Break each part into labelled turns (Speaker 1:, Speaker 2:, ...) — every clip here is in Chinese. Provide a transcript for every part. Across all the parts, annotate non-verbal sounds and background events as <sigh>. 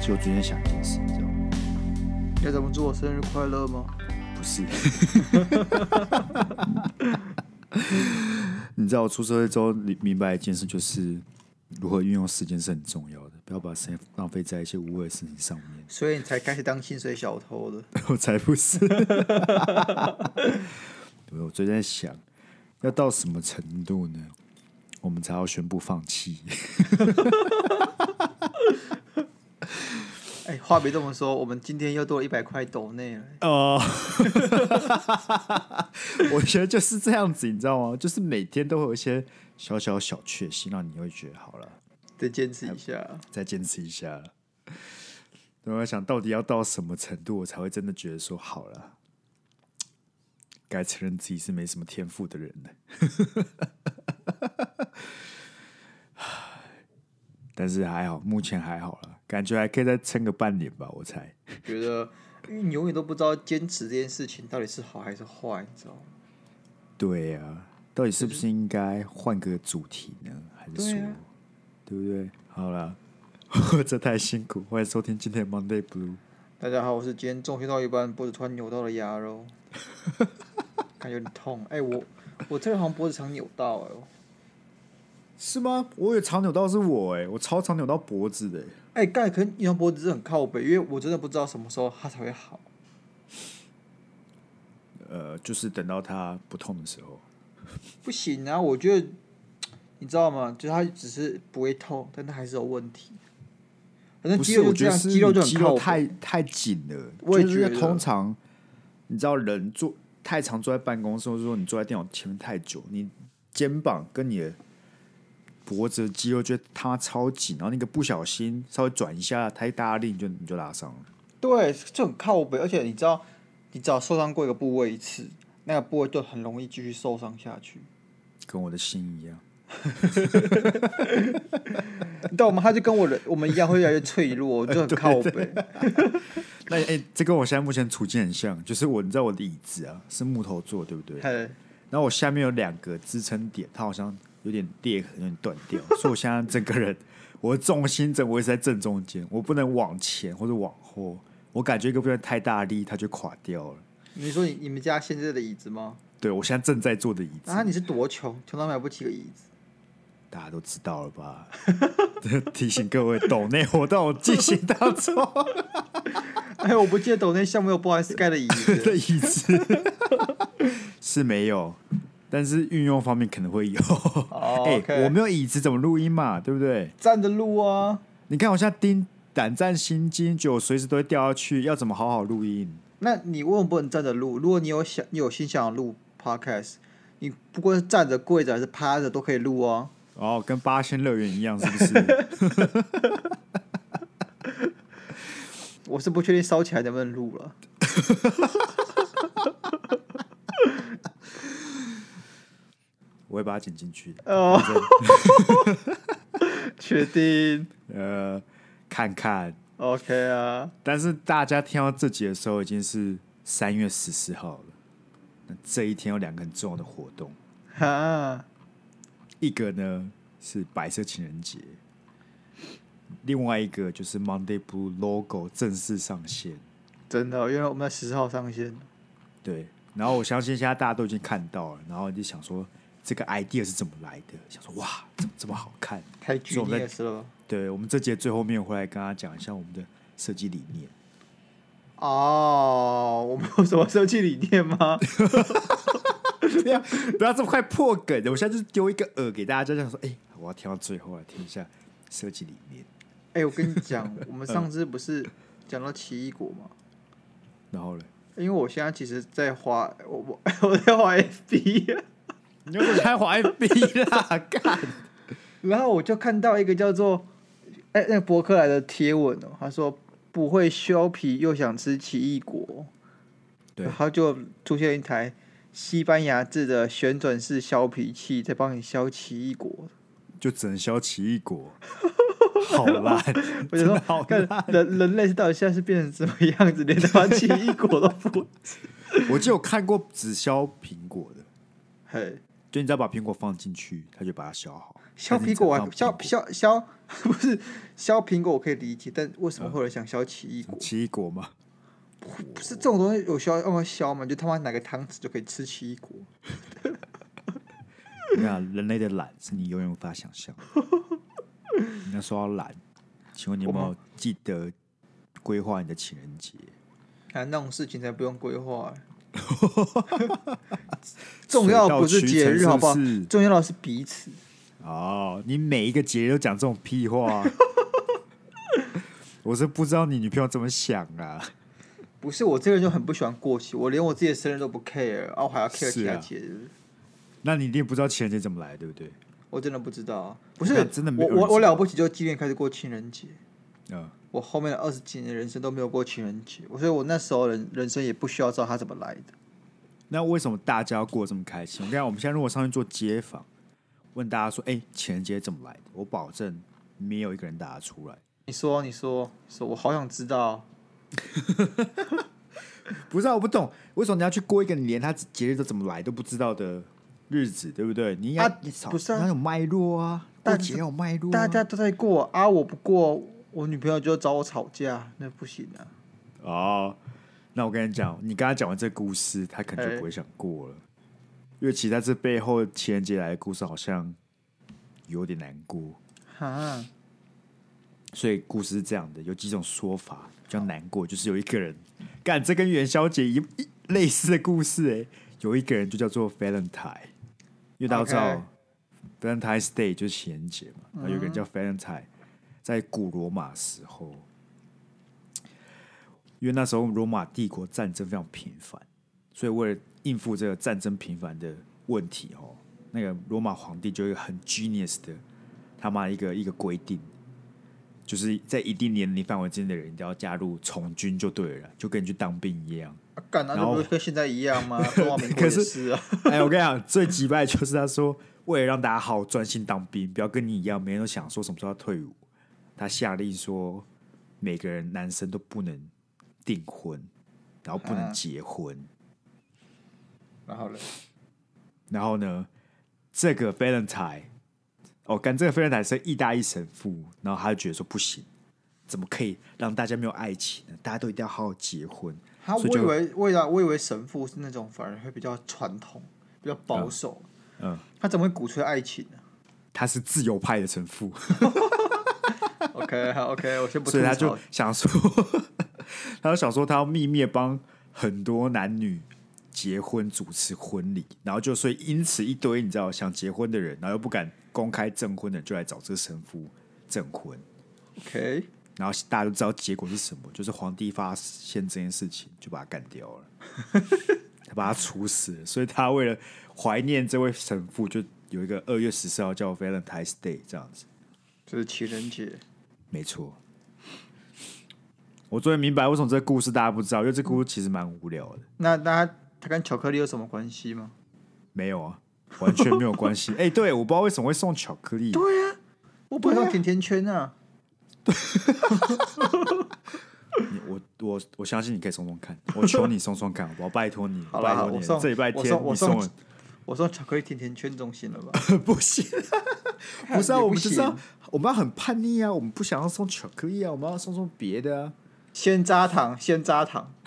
Speaker 1: 其实我最近在想一件事，你知道吗？
Speaker 2: 要怎么祝我生日快乐吗？
Speaker 1: 不 <laughs> 是，你知道我出社会之后明明白一件事，就是如何运用时间是很重要的，不要把时间浪费在一些无谓的事情上面。
Speaker 2: 所以你才开始当薪水小偷的。
Speaker 1: <laughs> 我才不 <laughs> 是。对我最近在想，要到什么程度呢？我们才要宣布放弃？
Speaker 2: 哎、话别这么说，我们今天又多了一百块抖内了。
Speaker 1: 哦， <laughs> 我觉得就是这样子，你知道吗？就是每天都会有一些小小小确幸，让你会觉得好了，
Speaker 2: 再坚持一下，
Speaker 1: 再坚持一下了。然后我想到底要到什么程度，我才会真的觉得说好了，该承认自己是没什么天赋的人了。 <sighs> 但是还好，目前还好了，感觉还可以再撑个半年吧，我猜。
Speaker 2: 觉得因为你永远都不知道坚持这件事情到底是好还是坏，你知道吗？
Speaker 1: 对呀、到底是不是应该换个主题呢？还是说，
Speaker 2: 对
Speaker 1: 对,、
Speaker 2: 啊
Speaker 1: 不对？好了，我 <laughs> 这太辛苦，欢迎收听今天的 Monday Blue。
Speaker 2: 大家好，我是今天重训到一半，脖子突然扭到了牙肉，感觉有点痛。哎、我我这个好像脖子常扭到哎、
Speaker 1: 是吗？我有常扭到是我哎、我超常扭到脖子的、欸
Speaker 2: 哎、盖可能扭脖子是很靠北，因为我真的不知道什么时候它才会好。
Speaker 1: 呃，就是等到它不痛的时候。
Speaker 2: 不行啊，我觉得你知道吗？就是它只是不会痛，但它还是有问题。反正
Speaker 1: 不
Speaker 2: 肌
Speaker 1: 是，
Speaker 2: 肉
Speaker 1: 我
Speaker 2: 就
Speaker 1: 觉
Speaker 2: 这
Speaker 1: 得
Speaker 2: 样，
Speaker 1: 是
Speaker 2: 肌肉就
Speaker 1: 你
Speaker 2: 很
Speaker 1: 肌
Speaker 2: 靠
Speaker 1: 肉
Speaker 2: 北
Speaker 1: 太太紧了。
Speaker 2: 我也
Speaker 1: 就是
Speaker 2: 觉得
Speaker 1: 通常，你知道人坐太常坐在办公室，或者说你坐在电脑前面太久，你肩膀跟你的脖子的肌肉就会他妈超紧，然后那个不小心稍微转一下太大力，你就你就拉伤了。
Speaker 2: 对，就很靠北，而且你知道，你只要受伤过一个部位一次，那个部位就很容易继续受伤下去。 <laughs>
Speaker 1: 跟我的心一样，
Speaker 2: 你懂吗？它就跟我的我们一样，会越来越脆弱，我
Speaker 1: <laughs>
Speaker 2: 就很靠北。
Speaker 1: 那哎、这跟我现在目前处境很像，就是我你知道我的椅子啊是木头做，对不对？
Speaker 2: 嘿，
Speaker 1: 然后我下面有两个支撑点，它好像有点裂痕，有点断掉， <laughs> 所以我现在整个人，我的重心整我一直在正中间，我不能往前或者往后，我感觉一个不能太大力，它就垮掉了。
Speaker 2: 你说你你们家现在的椅子吗？
Speaker 1: 对我现在正在坐的椅子，
Speaker 2: 啊，你是多穷，穷到买不起个椅子。 <laughs>
Speaker 1: 大家都知道了吧？提醒各位，抖内活动进行当中
Speaker 2: 哎，我不记得抖那项目有包含 Sky 的椅
Speaker 1: <laughs>
Speaker 2: 子。
Speaker 1: 的椅子
Speaker 2: <laughs>
Speaker 1: 是没有，但是运用方面可能会有。
Speaker 2: 哦
Speaker 1: <laughs> 哎、
Speaker 2: ，OK
Speaker 1: 我没有椅子怎么录音嘛？对不对？
Speaker 2: 站着录啊，
Speaker 1: 你看我现在盯胆战心惊，就我随时都会掉下去，要怎么好好录音？
Speaker 2: 那你为什么不能站着录？如果你有想你有心想录 Podcast，你不管是站着、跪着还是趴着都可以录啊。
Speaker 1: 哦，跟八仙乐园一样，是不是？
Speaker 2: 我是不确定烧起来能不能录了。
Speaker 1: 我会把它剪进去的。
Speaker 2: <laughs> 哦， <laughs> 确定
Speaker 1: 呃，看看。
Speaker 2: ？OK 啊，
Speaker 1: 但是大家听到这集的时候，已经是三月十四号了。那这一天有两个很重要的活动，
Speaker 2: 哈，
Speaker 1: 一个呢是白色情人节，另外一个就是 Monday Blue logo 正式上线。
Speaker 2: 真的哦，原来我们在十号上线。
Speaker 1: 对，然后我相信现在大家都已经看到了，然后就想说这个 idea 是怎么来的，想说哇，怎么这么好看？
Speaker 2: 太剧
Speaker 1: 所以我们
Speaker 2: 烈
Speaker 1: 在
Speaker 2: 是了吧？
Speaker 1: 对我们这节最后面回来跟大家讲一下我们的设计理念。 <laughs>
Speaker 2: 哦，我们有什么设计理念 <laughs> 吗？
Speaker 1: 不要啊不要这么快破梗的，我现在就是丢一个饵给大家，就想说，哎、我要听到最后来听一下设计理念。
Speaker 2: 哎、我跟你讲，我们上次不是讲到奇异果吗？
Speaker 1: 然后呢，
Speaker 2: 因为我现在其实在滑，我我 <laughs> 我在滑 FB，
Speaker 1: 你又不开滑 FB <laughs> 啦，干！
Speaker 2: 然后我就看到一个叫做哎、那个博客来的贴文哦，他说不会削皮又想吃奇异果，
Speaker 1: 对
Speaker 2: 然后就出现一台西班牙制的旋转式削皮器在帮你削奇异果，
Speaker 1: 就只能削奇异果，好烂，
Speaker 2: 我
Speaker 1: 真
Speaker 2: 就
Speaker 1: 的好
Speaker 2: 说，看
Speaker 1: 烂。
Speaker 2: 人人类到底现在是变成什么样子，连他妈奇
Speaker 1: <laughs>
Speaker 2: 异果都不
Speaker 1: 我就有看过只削苹果的，
Speaker 2: 嘿，
Speaker 1: 就你只要把苹果放进去，它就把它削好。
Speaker 2: 削
Speaker 1: 但是
Speaker 2: 苹
Speaker 1: 你只能
Speaker 2: 果还
Speaker 1: 放
Speaker 2: 削
Speaker 1: 苹果
Speaker 2: 削削， <laughs> 不是削苹果我可以理解，但为什
Speaker 1: 哦
Speaker 2: 么会有人想削奇异果？
Speaker 1: 奇异果嘛， <laughs>
Speaker 2: 不是这种东西有削用来削吗？就他妈拿个汤匙就可以吃奇异果。
Speaker 1: 那人类的懒是你永远无法想象的。你要说到懒，请问你有没
Speaker 2: 我
Speaker 1: 有记得规划你的情人节？
Speaker 2: 啊，那种事情才不用规划
Speaker 1: <laughs>
Speaker 2: 欸、重要不是节日好不好
Speaker 1: 水到渠成是
Speaker 2: 重要的是彼此。
Speaker 1: 哦，你每一个节日都讲这种屁话、 <laughs> 我是不知道你女朋友怎么想啊。
Speaker 2: 不是我这个人就很不喜欢过期，我连我自己的生日都不 care，然后还要 care 其他
Speaker 1: 是啊
Speaker 2: 节日，
Speaker 1: 那你一定不知道情人节怎么来，对不对？
Speaker 2: 我真的不知道啊。不是
Speaker 1: 那真的没有
Speaker 2: 我
Speaker 1: 人
Speaker 2: 我我
Speaker 1: 知道
Speaker 2: 了不起就今年开始过情人节，
Speaker 1: 嗯，
Speaker 2: 我后面的二十几年人生都没有过情人节，所以我那时候人人生也不需要知道它怎么来的。
Speaker 1: 那为什么大家要过得这么开心？我跟你讲，我们现在如果上去做街访，问大家说：“哎、情人节怎么来的？”我保证没有一个人答得出来。
Speaker 2: 你说，你说，你说，我好想知道。
Speaker 1: 不是、啊，我不懂为什么你要去过一个你连他节日都怎么来都不知道的日子，对不对？你应该、
Speaker 2: 啊
Speaker 1: 你少
Speaker 2: 不是啊
Speaker 1: 要有脉络啊，过
Speaker 2: 但是
Speaker 1: 节要有脉络、啊。
Speaker 2: 大家都在过啊，我不过，我女朋友就找我吵架，那不行啊。
Speaker 1: 哦，那我跟你讲，你刚才讲完这故事，他可能就不会想过了，因为其实在这背后情人节来的故事好像有点难过，
Speaker 2: 哈，
Speaker 1: 所以故事是这样的，有几种说法比较难过，就是有一个人，干这跟元宵节一一类似的故事、欸，有一个人就叫做 Valentine，因为大家都知道
Speaker 2: OK
Speaker 1: Valentine's Day 就是情人节嘛，然后有一个人叫 Valentine，在古罗马时候。因为那时候罗马帝国战争非常频繁，所以为了应付这个战争频繁的问题哦，那个罗马皇帝就有一个很 genius 的他妈一个一个规定，就是在一定年龄范围之内的人一定要加入从军就对了，就跟你去当兵一样。 <laughs>
Speaker 2: 啊干、那
Speaker 1: 然
Speaker 2: 这
Speaker 1: 后
Speaker 2: 不是跟现在一样
Speaker 1: <laughs>
Speaker 2: 吗？中华民国
Speaker 1: 可
Speaker 2: 也
Speaker 1: 是
Speaker 2: 是啊。
Speaker 1: 哎，我跟你讲，最击败就是他说，为了让大家好好专心当兵，不要跟你一样，每天都想说什么时候要退伍，他下令说，每个人男生都不能订婚，然后不
Speaker 2: 啊
Speaker 1: 能结婚。
Speaker 2: 然后嘞，
Speaker 1: 然后呢，这个 Valentine，哦，干这个 Valentine 是意大利神父，然后他就觉得说不行，怎么可以让大家没有爱情呢？大家都一定要好好结婚。
Speaker 2: 他
Speaker 1: 所以
Speaker 2: 我以
Speaker 1: 就
Speaker 2: 为，我以为，我以为神父是那种反而会比较传统、比较保守。
Speaker 1: 嗯，
Speaker 2: 他怎么会鼓吹爱情呢、
Speaker 1: 他是自由派的神父，
Speaker 2: OK，好，OK，我先不吐
Speaker 1: 所以他
Speaker 2: 槽
Speaker 1: 就。想说， <laughs> 他就想说他要秘密地帮很多男女结婚主持婚礼，然后就所以因此一堆你知道想结婚的人，然后又不敢公开证婚的人，就来找这个神父证婚。
Speaker 2: OK，
Speaker 1: 然后大家都知道结果是什么，就是皇帝发现这件事情，就把他干掉了， <laughs> 他把他处死了。所以他为了怀念这位神父，就有一个二月十四号叫 Valentine's Day 这样子。
Speaker 2: 这是情人节。
Speaker 1: 没错，我终于明白为什么这个故事大家不知道，因为这个故事其实蛮无聊的。
Speaker 2: 那那他他跟巧克力有什么关系吗？
Speaker 1: 没有啊，完全没有关 <laughs> 系。哎、对，我不知道为什么会送巧克力，
Speaker 2: 我不会放甜甜圈啊。
Speaker 1: 你我我我相信你可以送送看，我求你送送看，好不好？拜托你，
Speaker 2: 好
Speaker 1: 拜
Speaker 2: 啦，好
Speaker 1: 托你
Speaker 2: 我
Speaker 1: 了，
Speaker 2: 送
Speaker 1: 这礼拜天
Speaker 2: 我送我
Speaker 1: 你送我
Speaker 2: 送我送巧克力甜甜圈总行了吧？ <laughs>
Speaker 1: 不行， <laughs> 不是啊，
Speaker 2: 也不
Speaker 1: 我们就是要
Speaker 2: 行
Speaker 1: 我们要很叛逆啊，我们不想要送巧克力啊，我们要送送别的啊。
Speaker 2: 鲜渣糖，鲜渣糖。
Speaker 1: <laughs>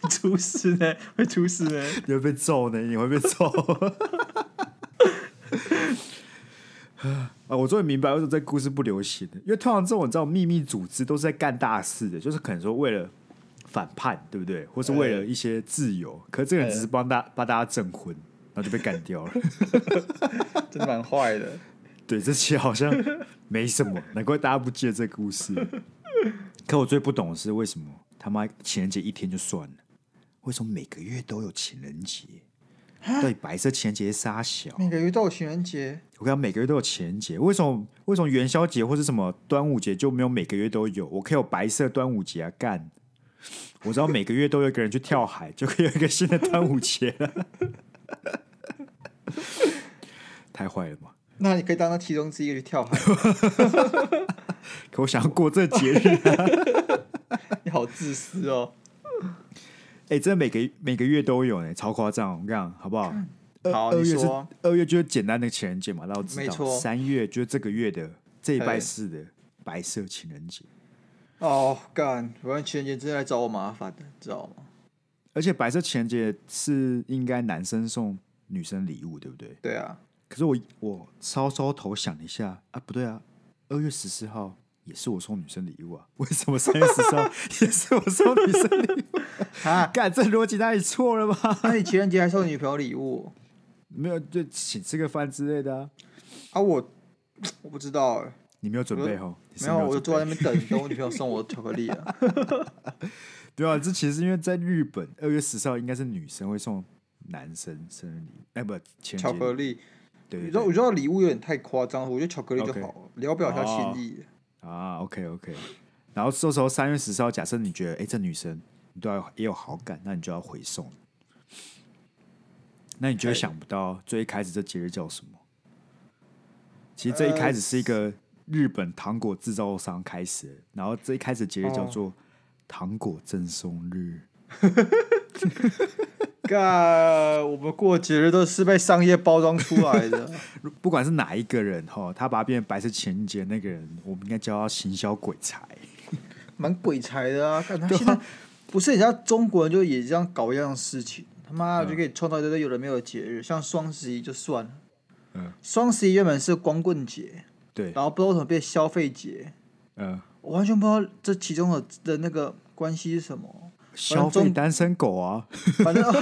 Speaker 2: 会出事呢，会出事呢。
Speaker 1: 你会被揍呢，你会被揍。 <laughs> 啊！我终于明白为什么这故事不流行了，因为通常这种你知道秘密组织都是在干大事的，就是可能说为了反叛，对不对？或是为了一些自由，可是这个人只是帮大帮大家证婚，然后就被干掉了。
Speaker 2: 真的蛮坏的。
Speaker 1: 对，这期好像没什么，难怪大家不记得这故事。可我最不懂的是，为什么他妈情人节一天就算了，为什么每个月都有情人节？到底白色情人节是啥小？
Speaker 2: 每个月都有情人节，
Speaker 1: 我跟你讲，每个月都有情人节，为什么？为什么元宵节或是什么端午节就没有每个月都有？我可以有白色端午节啊，干！我知道每个月都有一个人去跳海， <laughs> 就可以有一个新的端午节了。太坏了嘛！
Speaker 2: 那你可以当那其中之一个去
Speaker 1: <laughs>
Speaker 2: 跳海，
Speaker 1: 可我想要过这节日，
Speaker 2: 你好自私哦。
Speaker 1: 哎、真的每个每个月都有呢、超夸张！我跟你讲，好不好？
Speaker 2: 好，
Speaker 1: 二
Speaker 2: 你
Speaker 1: 月是
Speaker 2: 说
Speaker 1: 二月就是简单的情人节嘛，大家都知
Speaker 2: 没
Speaker 1: 道。
Speaker 2: 错
Speaker 1: 三月就是这个月的这一拜
Speaker 2: 对
Speaker 1: 四的白色情人节，
Speaker 2: 哦，干，我让情人节真的来找我麻烦的，知道吗？
Speaker 1: 而且白色情人节是应该男生送女生礼物，对不对？
Speaker 2: 对啊，
Speaker 1: 可是我我稍稍头想了一下啊，不对啊，二月十四号也是我送女生礼物啊，为什么三月十四号也是我送女生礼物？ <laughs>
Speaker 2: 啊，
Speaker 1: 干，这逻辑哪里错了吧？
Speaker 2: <laughs> 那你情人节还送女朋友礼物
Speaker 1: 没有，就请吃个饭之类的啊。
Speaker 2: 啊？我 <sniffs> 我不知道哎、
Speaker 1: 你没有准备哦？你是
Speaker 2: 没有，我
Speaker 1: 准
Speaker 2: 就
Speaker 1: 备
Speaker 2: 坐在那边等，等我女朋友送我巧克力
Speaker 1: <laughs>
Speaker 2: 啊。
Speaker 1: 对啊，这其实因为在日本，二月十四号应该是女生会送男生生日礼物，哎、不，情人节
Speaker 2: 巧克力，
Speaker 1: 对
Speaker 2: 你
Speaker 1: 对
Speaker 2: 知道，我
Speaker 1: 对
Speaker 2: 觉得礼物有点太夸张了，我觉得巧克力就
Speaker 1: OK
Speaker 2: 好了，聊表一下
Speaker 1: 哦
Speaker 2: 心意。
Speaker 1: 啊，OK OK。然后这时候三月十四号，假设你觉得哎、这女生你对她也有好感，那你就要回送。那你就会
Speaker 2: 对
Speaker 1: 想不到最一开始这节日叫什么？其实这一
Speaker 2: 呃
Speaker 1: 开始是一个日本糖果制造商开始的，然后这一开始节日叫
Speaker 2: 哦
Speaker 1: 做糖果赠送日。
Speaker 2: 干，我们过节日都是被商业包装出
Speaker 1: <laughs>
Speaker 2: 来的。
Speaker 1: 不管是哪一个人哈，他把他变成白色情人节那个人，我们应该叫他行销鬼才。
Speaker 2: 蛮鬼才的啊！看他现在不是人家中国人就也这样搞一样的事情，他妈的就可以创造一堆有的没有的节日，像双十一就算了。
Speaker 1: 嗯，
Speaker 2: 双十一原本是光棍节，
Speaker 1: 对，
Speaker 2: 然后不知道为什么变消费节，
Speaker 1: 嗯，
Speaker 2: 我完全不知道这其中的的那个关系是什么。
Speaker 1: 消费单身狗啊，
Speaker 2: 反正 <laughs>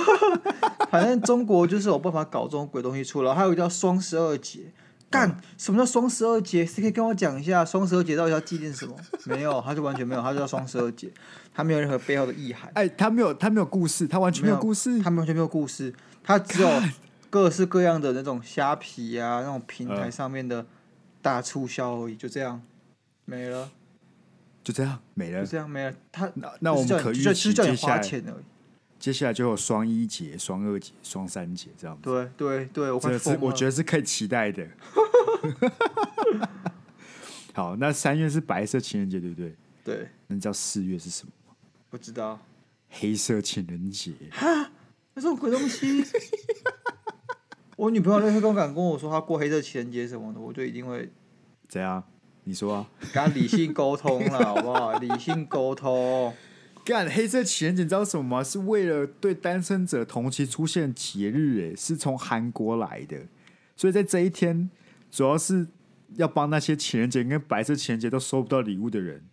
Speaker 2: 反正中国就是有办法搞这种鬼东西出来，还有一个叫双十二节。
Speaker 1: 嗯
Speaker 2: 干，什么叫双十二节？谁可以跟我讲一下双十二节到底要纪念什么？没有，他就完全没有，他就叫双十二节，他没有任何背后的意涵。
Speaker 1: 哎，他没有，他没有故事，他完全没有故事
Speaker 2: 他。们完全没有故事，他只有各式各样的那种虾皮啊，那种平台
Speaker 1: 嗯
Speaker 2: 上面的大促销而已，就这样没了，
Speaker 1: 就这样没
Speaker 2: 就
Speaker 1: 了。
Speaker 2: 这样没了。他
Speaker 1: 那那我们
Speaker 2: 就是叫
Speaker 1: 可
Speaker 2: 你
Speaker 1: 预
Speaker 2: 就就是
Speaker 1: 期
Speaker 2: 叫
Speaker 1: 接
Speaker 2: 你
Speaker 1: 下
Speaker 2: 花
Speaker 1: 来，
Speaker 2: 钱而已。
Speaker 1: 接下来就有双一节、双二节、双三节这样子。
Speaker 2: 对对对，我
Speaker 1: 这
Speaker 2: 快
Speaker 1: 个
Speaker 2: 疯
Speaker 1: 是
Speaker 2: 了。
Speaker 1: 我觉得是可以期待的。 <laughs> 好，那三月是白色情人节，对不对？
Speaker 2: 对，
Speaker 1: 那你知道四月是什么吗？
Speaker 2: 不知道
Speaker 1: 黑色情人节。
Speaker 2: 那种鬼东西。我女朋友那天跟敢跟我说她过黑色情人节什么的，我就一定会
Speaker 1: 怎样？你说啊？
Speaker 2: 跟她理性沟通了，好不好？理性沟通。
Speaker 1: 干黑色情人节，你知道什么吗？是为了对单身者同期出现节日、欸，是从韩国来的，所以在这一天，主要是要帮那些情人节跟白色情人节都收不到礼物的人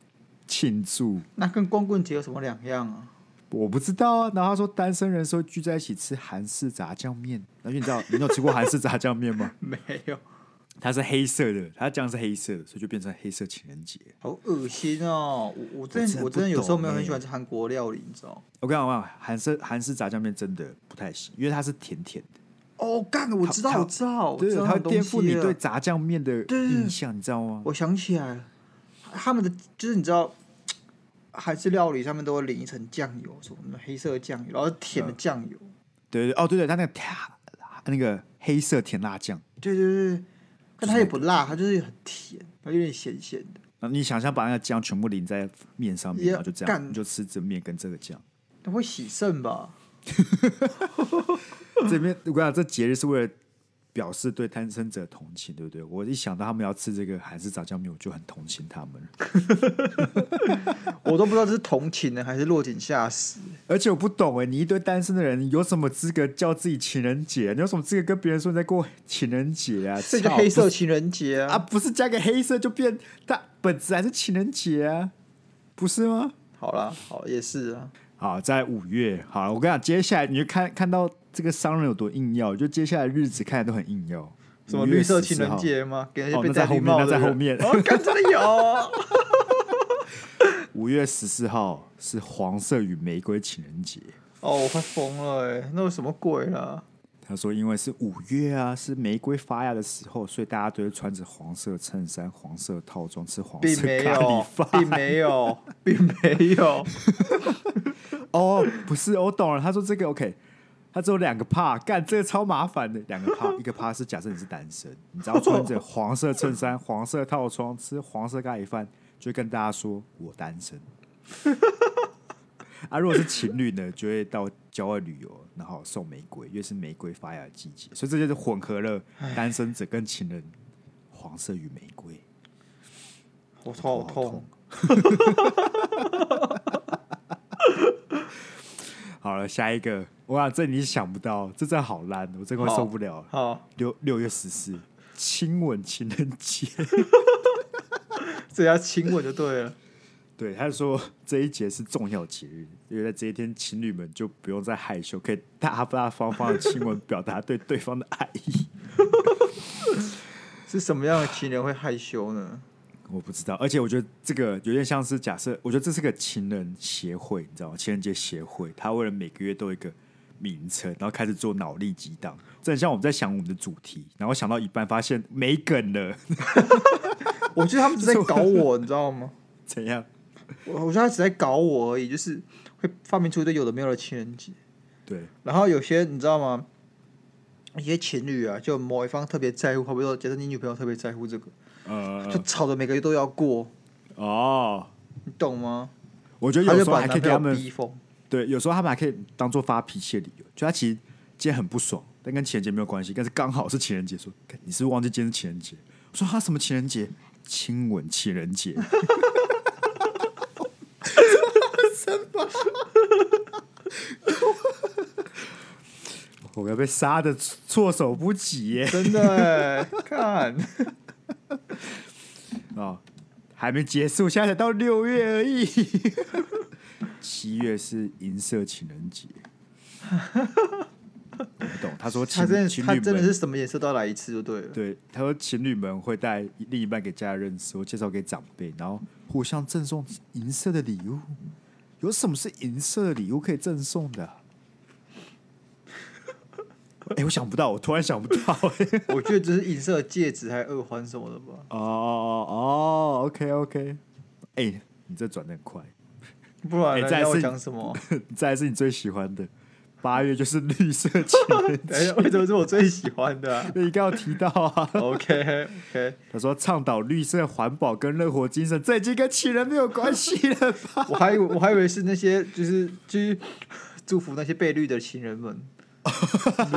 Speaker 1: 庆祝。
Speaker 2: 那跟光棍节有什么两样啊？ <laughs>
Speaker 1: 我不知道啊。然后他说，单身人的时候聚在一起吃韩式炸酱面，而且你知道，你有吃过韩式炸酱面吗？ <laughs>
Speaker 2: 没有，
Speaker 1: 它是黑色的，它酱是黑色的，所以就变成黑色情人节。
Speaker 2: 好恶心哦！我我
Speaker 1: 我
Speaker 2: 真
Speaker 1: 真
Speaker 2: 的
Speaker 1: 的不
Speaker 2: 我真的有时候
Speaker 1: 懂
Speaker 2: 没有很
Speaker 1: 欸
Speaker 2: 喜欢吃韩国料理，你知道吗？
Speaker 1: 我跟你讲，韩式韩式炸酱面真的不太行，因为它是甜甜的。
Speaker 2: 哦，干！我知
Speaker 1: 它
Speaker 2: 道，我知道，我
Speaker 1: 对，
Speaker 2: 知道
Speaker 1: 它会
Speaker 2: 那种
Speaker 1: 颠
Speaker 2: 东
Speaker 1: 覆
Speaker 2: 西
Speaker 1: 你
Speaker 2: 了
Speaker 1: 对炸酱面的
Speaker 2: 对
Speaker 1: 印象，你知道吗？
Speaker 2: 我想起来了，他们的就是你知道，韩式料理上面都会淋一层酱油，什么黑色的酱油，然后是甜的酱油。
Speaker 1: 对对哦，对对，它那个那个黑色甜辣酱，
Speaker 2: 对对对对，但它也不辣，它就是很甜，它有点咸咸的。
Speaker 1: 然后你想象把那个酱全部淋在面上面，
Speaker 2: 也
Speaker 1: 然后就这
Speaker 2: 干
Speaker 1: 样，你就吃这面跟这个酱。
Speaker 2: 它会洗肾吧？
Speaker 1: 这边我跟你讲，这节日是为了表示对单身者同情，对不对？我一想到他们要吃这个韩式炸酱面，我就很同情他们。
Speaker 2: <laughs> 我都不知道这是同情呢，还是落井下石。
Speaker 1: 而且我不懂哎，你一堆单身的人有什么资格叫自己情人节？你有什么资格跟别人说你在过情人节啊？
Speaker 2: <laughs> 这叫
Speaker 1: 操
Speaker 2: 黑色情人节
Speaker 1: 啊，
Speaker 2: 啊！
Speaker 1: 不是加个黑色就变，它本质还是情人节啊，不是吗？
Speaker 2: 好啦，好也是啊。
Speaker 1: 好，在五月，好，我跟你讲，接下来你就看看到这个商人有多硬要，就接下来日子看起来都很硬要。
Speaker 2: 什么
Speaker 1: 5月
Speaker 2: 绿色
Speaker 1: 14
Speaker 2: 情人
Speaker 1: 号？
Speaker 2: 节吗？给那
Speaker 1: 哦
Speaker 2: 些被
Speaker 1: 那在
Speaker 2: 戴
Speaker 1: 后
Speaker 2: 绿
Speaker 1: 面
Speaker 2: 帽
Speaker 1: 那
Speaker 2: 的
Speaker 1: 在后
Speaker 2: 人
Speaker 1: 面
Speaker 2: 哦，看真的有啊，
Speaker 1: <laughs> 五月十四号是黄色与玫瑰情人节。
Speaker 2: 哦，我快疯了哎、那有什么鬼啦？
Speaker 1: 他说，因为是五月啊，是玫瑰发芽的时候，所以大家都会穿着黄色衬衫、黄色套装吃黄
Speaker 2: 并
Speaker 1: 色
Speaker 2: 没
Speaker 1: 咖喱
Speaker 2: 有，
Speaker 1: 饭。
Speaker 2: 并没有，并没有。
Speaker 1: 哦，不是，我懂了。他说这个 OK，他只有两个帕，干这个超麻烦的，两个帕，一个帕是假设你是单身，你只要穿着黄色衬衫、 <laughs> 黄色套装吃黄色咖喱饭，就会跟大家说我单身。啊，如果是情侣呢，就会到郊外旅游，然后送玫瑰，因为是玫瑰发芽的季节，所以这就是混合了单身者跟情人黄色与玫瑰。
Speaker 2: 我头好
Speaker 1: 头好
Speaker 2: 痛。
Speaker 1: 好了，下一个，哇，这你想不到，这真的好烂，哦我真快
Speaker 2: 好
Speaker 1: 受不了了。
Speaker 2: 好，
Speaker 1: 六六月十四，亲吻情人节。
Speaker 2: 这要亲吻就对了。
Speaker 1: <laughs> 对，他说这一节是重要节日，因为在这一天，情侣们就不用再害羞，可以大大方方的亲吻，表达对对方的爱意。 <laughs>
Speaker 2: 是什么样的情人会害羞呢？
Speaker 1: 我不知道，而且我觉得这个有点像是假设，我觉得这是个情人协会，你知道吗？情人节协会，他为了每个月都有一个名称，然后开始做脑力激荡，这很像我们在想我们的主题，然后想到一半发现没梗了， <laughs>
Speaker 2: 我觉得他们只在搞我，你知道吗？
Speaker 1: 怎样？
Speaker 2: 我我觉得他只在搞我而已，就是会发明出一堆有的没有的情人节。
Speaker 1: 对，
Speaker 2: 然后有些你知道吗？一些情侣啊，就某一方特别在乎，好比说，假设你女朋友特别在乎这个，就
Speaker 1: 呃，
Speaker 2: 吵着每个月都要过，
Speaker 1: 哦，
Speaker 2: 你懂吗？
Speaker 1: 我觉得
Speaker 2: 他
Speaker 1: 有
Speaker 2: 就
Speaker 1: 时候
Speaker 2: 把
Speaker 1: 还可
Speaker 2: 男
Speaker 1: 以给他
Speaker 2: 朋友
Speaker 1: 们
Speaker 2: 逼疯。
Speaker 1: 对，有时候他们还可以当做发脾气的理由，就他其实今天很不爽，但跟情人节没有关系，但是刚好是情人节，说干你是不是忘记今天是情人节？我说他什么情人节？亲吻情人 <laughs> 节。真吧？ <laughs> 我要被杀的措手不及耶！
Speaker 2: 真的、欸，
Speaker 1: <laughs>
Speaker 2: 看，
Speaker 1: 哦，还没结束，现在才到六月而
Speaker 2: <laughs>
Speaker 1: 已。七月是银色情人节，我不懂。他说情
Speaker 2: 他真的，
Speaker 1: 情
Speaker 2: 他
Speaker 1: 侣
Speaker 2: 真的是
Speaker 1: 们
Speaker 2: 什么颜色都要来一次就对了。
Speaker 1: 对他说情侣们会带另一半给家人认识，或介绍给长辈，然后互相赠送银色的礼物。有什么是银色的礼物可以赠送
Speaker 2: <laughs>
Speaker 1: 的啊、哎、我想不到，我突然想不到、 <laughs> 哎
Speaker 2: 我觉得只是银色的戒指还有耳环什么的吧，
Speaker 1: 哦哦哦，OK OK，哎、你这转的很快。
Speaker 2: 不然
Speaker 1: 哎
Speaker 2: 呢
Speaker 1: 再
Speaker 2: 你要我
Speaker 1: 是
Speaker 2: 讲什么？
Speaker 1: <laughs> 再来是你最喜欢的，八月就是绿色情人 <laughs>
Speaker 2: 哎呀
Speaker 1: 节，，
Speaker 2: 为什么是我最喜欢的、 <laughs> 啊
Speaker 1: 你刚刚有提到啊。
Speaker 2: ？OK OK，
Speaker 1: 他说倡导绿色环保跟热火精神，这已经跟情人没有关系了
Speaker 2: <laughs>
Speaker 1: 吧？
Speaker 2: 我还以为我还以为是那些就是就是祝福那些被绿的情
Speaker 1: <laughs>
Speaker 2: 人们，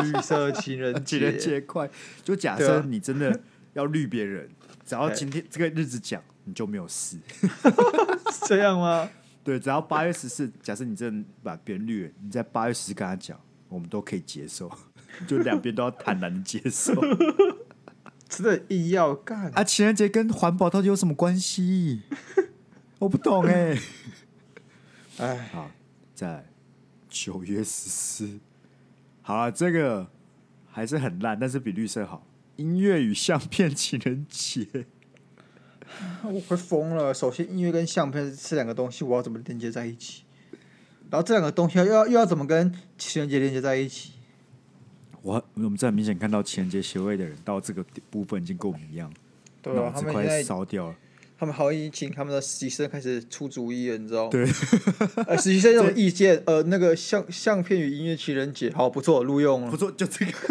Speaker 2: 绿色情人
Speaker 1: 情
Speaker 2: 节
Speaker 1: 人节快！就假
Speaker 2: 对
Speaker 1: 设
Speaker 2: 啊
Speaker 1: 你真的要绿别人，只要
Speaker 2: 哎
Speaker 1: 今天这个日子讲，你就没有事。
Speaker 2: 是这样吗？
Speaker 1: 对，只要八月十四，假设你真的把别人绿了，你在八月十四跟他讲，我们都可以接受， <laughs> 就两边都要坦然的接受。
Speaker 2: 真的硬要干？
Speaker 1: 啊，情人节跟环保到底有什么关系？我不懂哎、
Speaker 2: 哎，
Speaker 1: 好，再来啊九月十四。好了，这个还是很烂，但是比绿色好。音乐与相片情人节，
Speaker 2: 我快疯了。首先，音乐跟相片这两个东西，我要怎么连接在一起？然后这两个东西又要又要怎么跟情人节连接在一起？
Speaker 1: 我我们这很明显看到情人节协会的人到这个部分已经跟我们一样，
Speaker 2: 对
Speaker 1: 脑
Speaker 2: 啊，他
Speaker 1: 子
Speaker 2: 们
Speaker 1: 快
Speaker 2: 现在
Speaker 1: 烧掉了。
Speaker 2: 他们好已经请他们的实习生开始出主意了，你知道吗？
Speaker 1: 对，
Speaker 2: <laughs> 呃，实习生有什么意见？呃，那个相相片与音乐情人节，好不错，录用
Speaker 1: 不
Speaker 2: 了。
Speaker 1: 错，就这个。 <laughs>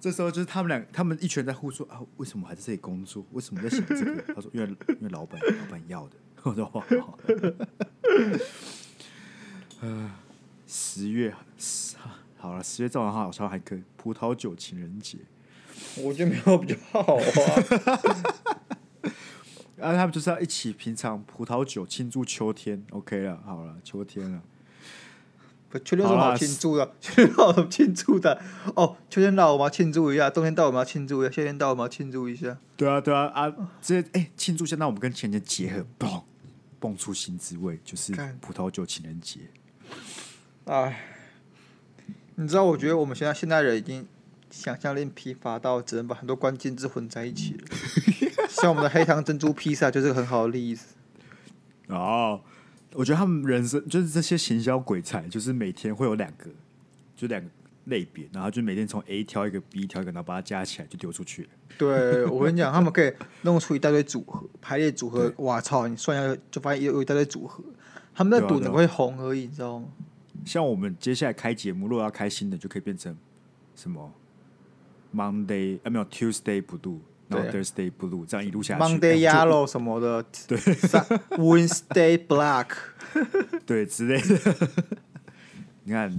Speaker 1: 这时候就是他们俩，他们一群人在互说啊，为什么还在这里工作？为什么在想这个？他说，因为因为老板老板要的。我说哦好。呃，十月十好了，十月照样好像还可以。葡萄酒情人节，
Speaker 2: <laughs> 我觉得没有比较好啊。
Speaker 1: 啊，他们就是要一起品尝葡萄酒，庆祝秋天。OK 了，好了，秋天了。
Speaker 2: 不秋天有什么好庆祝的？秋天有什么庆祝的？哦，秋天到我们要庆祝一下，冬天到我们要庆祝一下，夏天到我们要庆祝一下。
Speaker 1: 对啊，对啊，啊，这哎庆祝一下，那我们跟情人节结合，嘣，蹦出新滋味，就是
Speaker 2: 干
Speaker 1: 葡萄酒情人节。
Speaker 2: 哎，你知道，我觉得我们现在现代人已经想象力疲乏到只能把很多关键字混在一起了。像我们的黑糖珍珠披萨就是个很好的例子。
Speaker 1: 然后我觉得他们人生就是这些行销鬼才，就是每天会有两个，就两个类别，然后就每天从 A 挑一个，B 挑一个，然后把它加起来就丢出去了。
Speaker 2: 对我跟你讲，他们可以弄出一大堆组合，排列组合，哇操！你算一下就发现有有一大堆组合，他们在
Speaker 1: 对啊
Speaker 2: 赌
Speaker 1: 对
Speaker 2: 能
Speaker 1: 啊
Speaker 2: 会红而已，你知道吗？
Speaker 1: 像我们接下来开节目，如果要开新的，就可以变成什么 Monday 啊，没有呃 Tuesday 不 do，然后
Speaker 2: 对
Speaker 1: Thursday Blue 这样一路下去
Speaker 2: Monday
Speaker 1: 哎就
Speaker 2: Yellow 什么的，对，Wednesday Black， <laughs>
Speaker 1: 对之类的。 <laughs> 你看，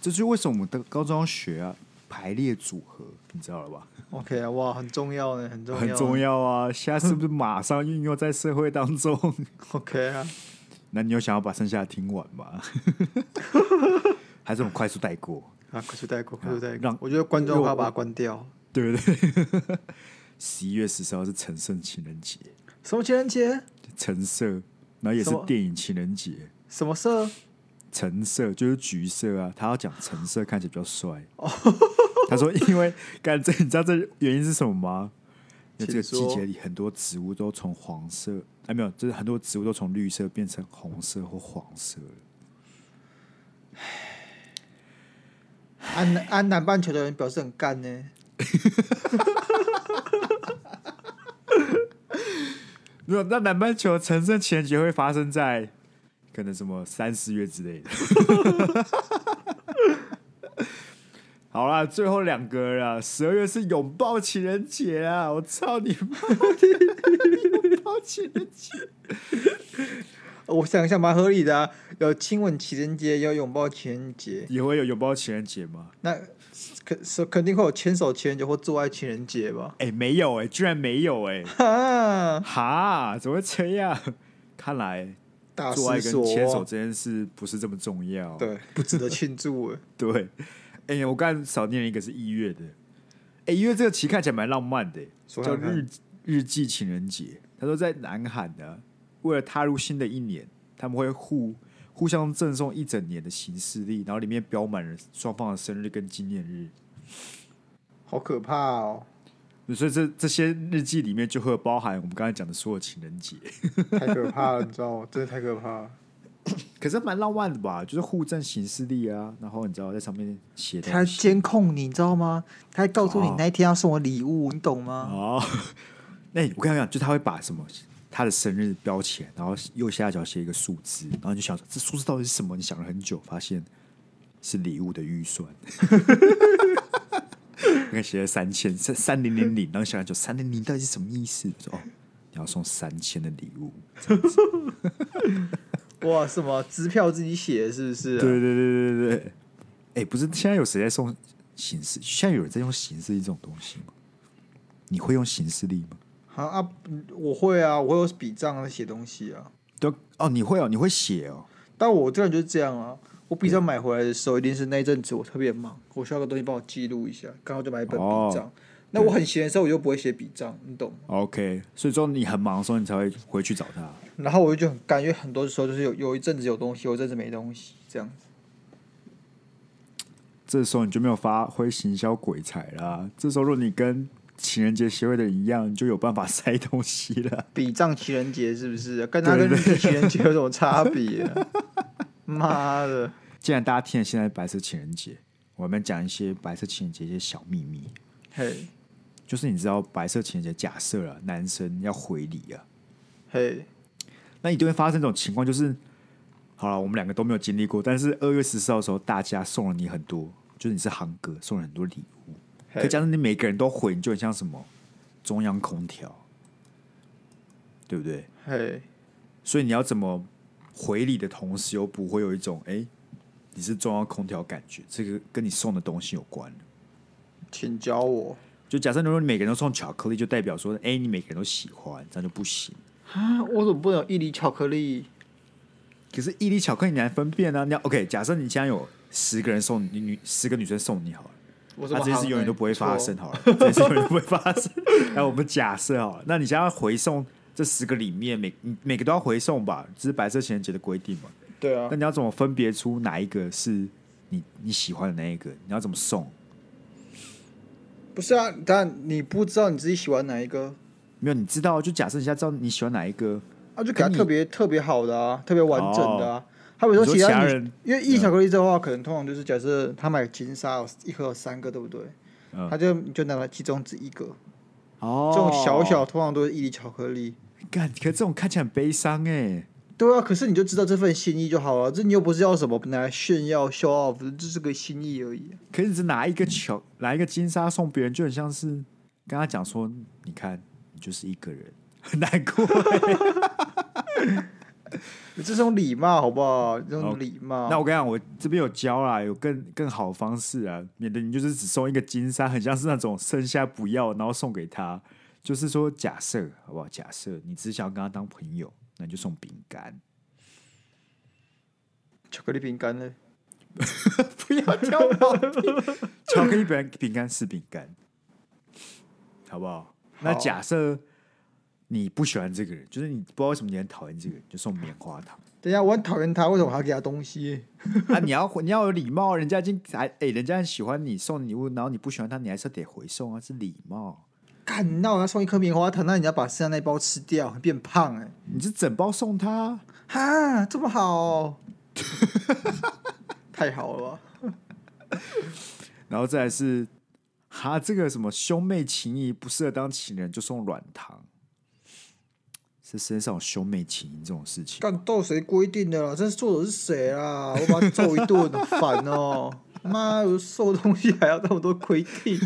Speaker 1: 这就是为什么我们的高中要学啊排列组合，你知道了吧？
Speaker 2: OK，哇，啊很重要呢，很重要，
Speaker 1: 很重。要啊！现在是不是马上运用在社会当中？ <laughs>
Speaker 2: OK 啊，
Speaker 1: 那你有想要把剩下的听完吗？ <laughs> 还是我们快速带过？
Speaker 2: 啊，快速带过，快速带
Speaker 1: 让
Speaker 2: 过。我觉得观众
Speaker 1: 让
Speaker 2: 快
Speaker 1: 我
Speaker 2: 把它关掉。
Speaker 1: 对不对？ <laughs> 十一月十四号是橙色情人节，
Speaker 2: 什么情人节？
Speaker 1: 橙色，然后也是
Speaker 2: 什么
Speaker 1: 电影情人节，
Speaker 2: 什么色？
Speaker 1: 橙色就是橘色啊。他要讲橙色看起来比较帅。
Speaker 2: 哦
Speaker 1: <laughs> 他说：“因为干 <laughs> 这，你知道这原因是什么吗？因为这个
Speaker 2: 请
Speaker 1: 季
Speaker 2: 说
Speaker 1: 节里很多植物都从黄色，哎，没有，就是很多植物都从绿色变成红色或黄色了。
Speaker 2: 安南安南半球的人表示很干呢。
Speaker 1: 没有，那南半球橙色情人节会发生在可能什么三四月之类的。 <laughs> 好啦，最后两个了啦，十二月是拥抱情人节啊！我操你妈的！拥抱情人节，
Speaker 2: 呃我想一下，蛮合理的啊。有亲吻情人节，也有拥抱情人节，
Speaker 1: 也会有拥抱情人节吗？
Speaker 2: 那肯是肯定会有牵手情人节或做爱情人节吧？
Speaker 1: 哎、没有哎、居然没有哎、
Speaker 2: 哈，
Speaker 1: 哈，怎么会这样？看来
Speaker 2: 大
Speaker 1: 做爱跟
Speaker 2: 思索，
Speaker 1: 牵手这件事不是这么重要。
Speaker 2: 对，不值得庆祝欸。
Speaker 1: <laughs> 对，哎、我刚才少念了一个是一月的，哎、一月这个期看起来蛮浪漫的、
Speaker 2: 说
Speaker 1: 叫
Speaker 2: 看看
Speaker 1: 日日记情人节。他说在南韩呢，为了踏入新的一年，他们会互互相赠送一整年的行事历，然后里面标满了双方的生日跟纪念日。
Speaker 2: 好可怕哦，
Speaker 1: 所以这这些日记里面就会包含我们刚才讲的所有情人节， <laughs>
Speaker 2: 太可怕了，你知道吗？真的太可怕了。
Speaker 1: 可是蛮浪漫的吧？就是互赠行事历啊，然后你知道在上面写东
Speaker 2: 他
Speaker 1: 西
Speaker 2: 监控你，你知道吗？他还告诉你
Speaker 1: 哦
Speaker 2: 那一天要送我礼物，你懂吗？
Speaker 1: 哦， <laughs> 那、我跟你讲，就他会把什么他的生日标起来，然后右下角写一个数字，然后你就想说这数字到底是什么？你想了很久，发现是礼物的预算。 <laughs> 那个写了三千，三三零零零，然后想了很久，三零零到底是什么意思？说哦，你要送三千的礼物。
Speaker 2: 哇，什么支票自己写是不是、啊？
Speaker 1: 对对对对对对。哎、不是，现在有谁在送形式？现在有人在用形式力这种东西吗？你会用形式力吗？
Speaker 2: 好啊，我会啊，我会有笔账在写东西啊。
Speaker 1: 对哦，你会哦，你会写哦。
Speaker 2: 但我这个人就是这样啊，我笔账买回来的时候，一定是那一阵子我特别忙，我需要个东西帮我记录一下，刚好就买一本
Speaker 1: 哦
Speaker 2: 笔账。那我很闲的时候，我就不会写笔账，你懂吗？
Speaker 1: OK，所以说你很忙的时候，你才会回去找他。
Speaker 2: 然后我就觉得很干，因为很多时候就是有有一阵子有东西，有一阵子没东西，这样子。
Speaker 1: 这时候你就没有发挥行销鬼才啦。这时候如果你跟情人节协会的人一样，你就有办法塞东西了。 <laughs>
Speaker 2: 笔账情人节是不是跟他跟日记情人节有什么差别、 <laughs> 啊？妈的！
Speaker 1: 既然大家听了现在白色情人节，我们讲一些白色情人节一些小秘密。
Speaker 2: 嘿，
Speaker 1: 就是你知道白色情人节，假设了男生要回礼啊，
Speaker 2: 嘿，
Speaker 1: 那一定会发生这种情况，就是好了，我们两个都没有经历过，但是二月十四号的时候，大家送了你很多，就是你是航哥送了很多礼物，可
Speaker 2: 嘿，
Speaker 1: 加上你每个人都回，你就很像什么中央空调，对不对？
Speaker 2: 嘿，
Speaker 1: 所以你要怎么回礼的同时，又不会有一种哎、诶你是中央空调感觉，这个跟你送的东西有关了
Speaker 2: 请教我
Speaker 1: 就假设如果你每个人都送巧克力，就代表说，哎、你每个人都喜欢，这样就不行。
Speaker 2: 啊！我怎么不能有一粒巧克力？
Speaker 1: 可是一粒巧克力你难分辨啊！你要 OK，假设你现在有十个人送你女十个女生送你好了，
Speaker 2: 我怎
Speaker 1: 那
Speaker 2: 么
Speaker 1: 这件事
Speaker 2: 行
Speaker 1: 永远
Speaker 2: 呢
Speaker 1: 都不会发
Speaker 2: 错
Speaker 1: 生好了，这件事永远都不会发生。那我们假设好了，那你现在要回送这十个里面每你每个都要回送吧，这是白色情人节的规定嘛？
Speaker 2: 对啊
Speaker 1: 那，你要怎么分别出哪一个是你你喜欢的那一个？你要怎么送？
Speaker 2: 不是啊，但你不知道你自己喜欢哪一个，
Speaker 1: 没有，你知道，就假设你现在知道你喜欢哪一个，
Speaker 2: 啊，就给他
Speaker 1: 跟你
Speaker 2: 特别特别好的啊，特别完整的啊。他比如说
Speaker 1: 哦你说其他
Speaker 2: 他女
Speaker 1: 人
Speaker 2: 因为一粒巧克力的话，可能通常就是假设他买金沙有一盒有三个，对不对？
Speaker 1: 嗯
Speaker 2: 他就就拿了其中只一个，
Speaker 1: 哦
Speaker 2: 这种小小通常都是一粒巧克力。
Speaker 1: 干，可这种看起来很悲伤哎、
Speaker 2: 对啊，可是你就知道这份心意就好了，这你又不是要什么拿来炫耀、show off，这是个心意而已。
Speaker 1: 可是你只拿一个球，拿一个金沙送别人，就很像是跟他讲说，你看你就是一个人，很难过。
Speaker 2: 这种礼貌好不好？这种礼貌。
Speaker 1: 那我跟你讲，我这边有教啦，有更更好的方式啊，免得你就是只送一个金山，很像是那种剩下不要，然后送给他。就是说，假设好不好？假设你只想跟他当朋友，那你就送饼干，
Speaker 2: 巧克力饼
Speaker 1: <laughs>
Speaker 2: 干呢？
Speaker 1: 不要挑毛病。巧克力饼饼干是饼干，好不好？那
Speaker 2: 好
Speaker 1: 假设你不喜欢这个人，就是你不知道为什么你很讨厌这个人，就送棉花糖。
Speaker 2: 等一下，我很讨厌他，为什么还要给他东西？
Speaker 1: 啊，你要你要有礼貌，人家已经还哎、人家很喜欢你送礼物，然后你不喜欢他，你还是得回送啊，是礼貌。
Speaker 2: 干，那我要送一颗棉花糖，那你要把剩下那一包吃掉，变胖哎、
Speaker 1: 你是整包送他啊，
Speaker 2: 哈，这么好 <laughs> 哦、太好了吧？
Speaker 1: 然后再来是哈这个什么兄妹情谊不适合当情人，就送软糖。这身上有兄妹情谊这种事情，
Speaker 2: 干到谁规定的啦？这作者是谁啦？我把他揍一顿，很烦哦、妈，我瘦东西还要那么多规定？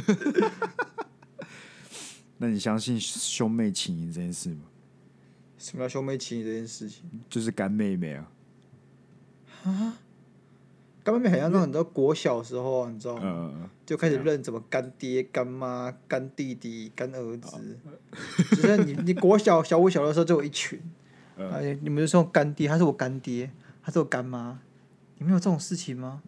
Speaker 1: 那你相信兄妹情谊这件事吗？
Speaker 2: 什么叫兄妹情谊这件事情？
Speaker 1: 就是干妹妹啊，
Speaker 2: 干妹妹很像那种，你知道国小时候啊、你知道吗？
Speaker 1: 呃，
Speaker 2: 就开始认什么干爹、干妈、干弟弟、干儿子，
Speaker 1: 啊
Speaker 2: <laughs> 就是你你国小小五小六的时候就有一群，
Speaker 1: 嗯
Speaker 2: 哎，你们就说干爹，他是我干爹，他是我干妈，你们有这种事情吗？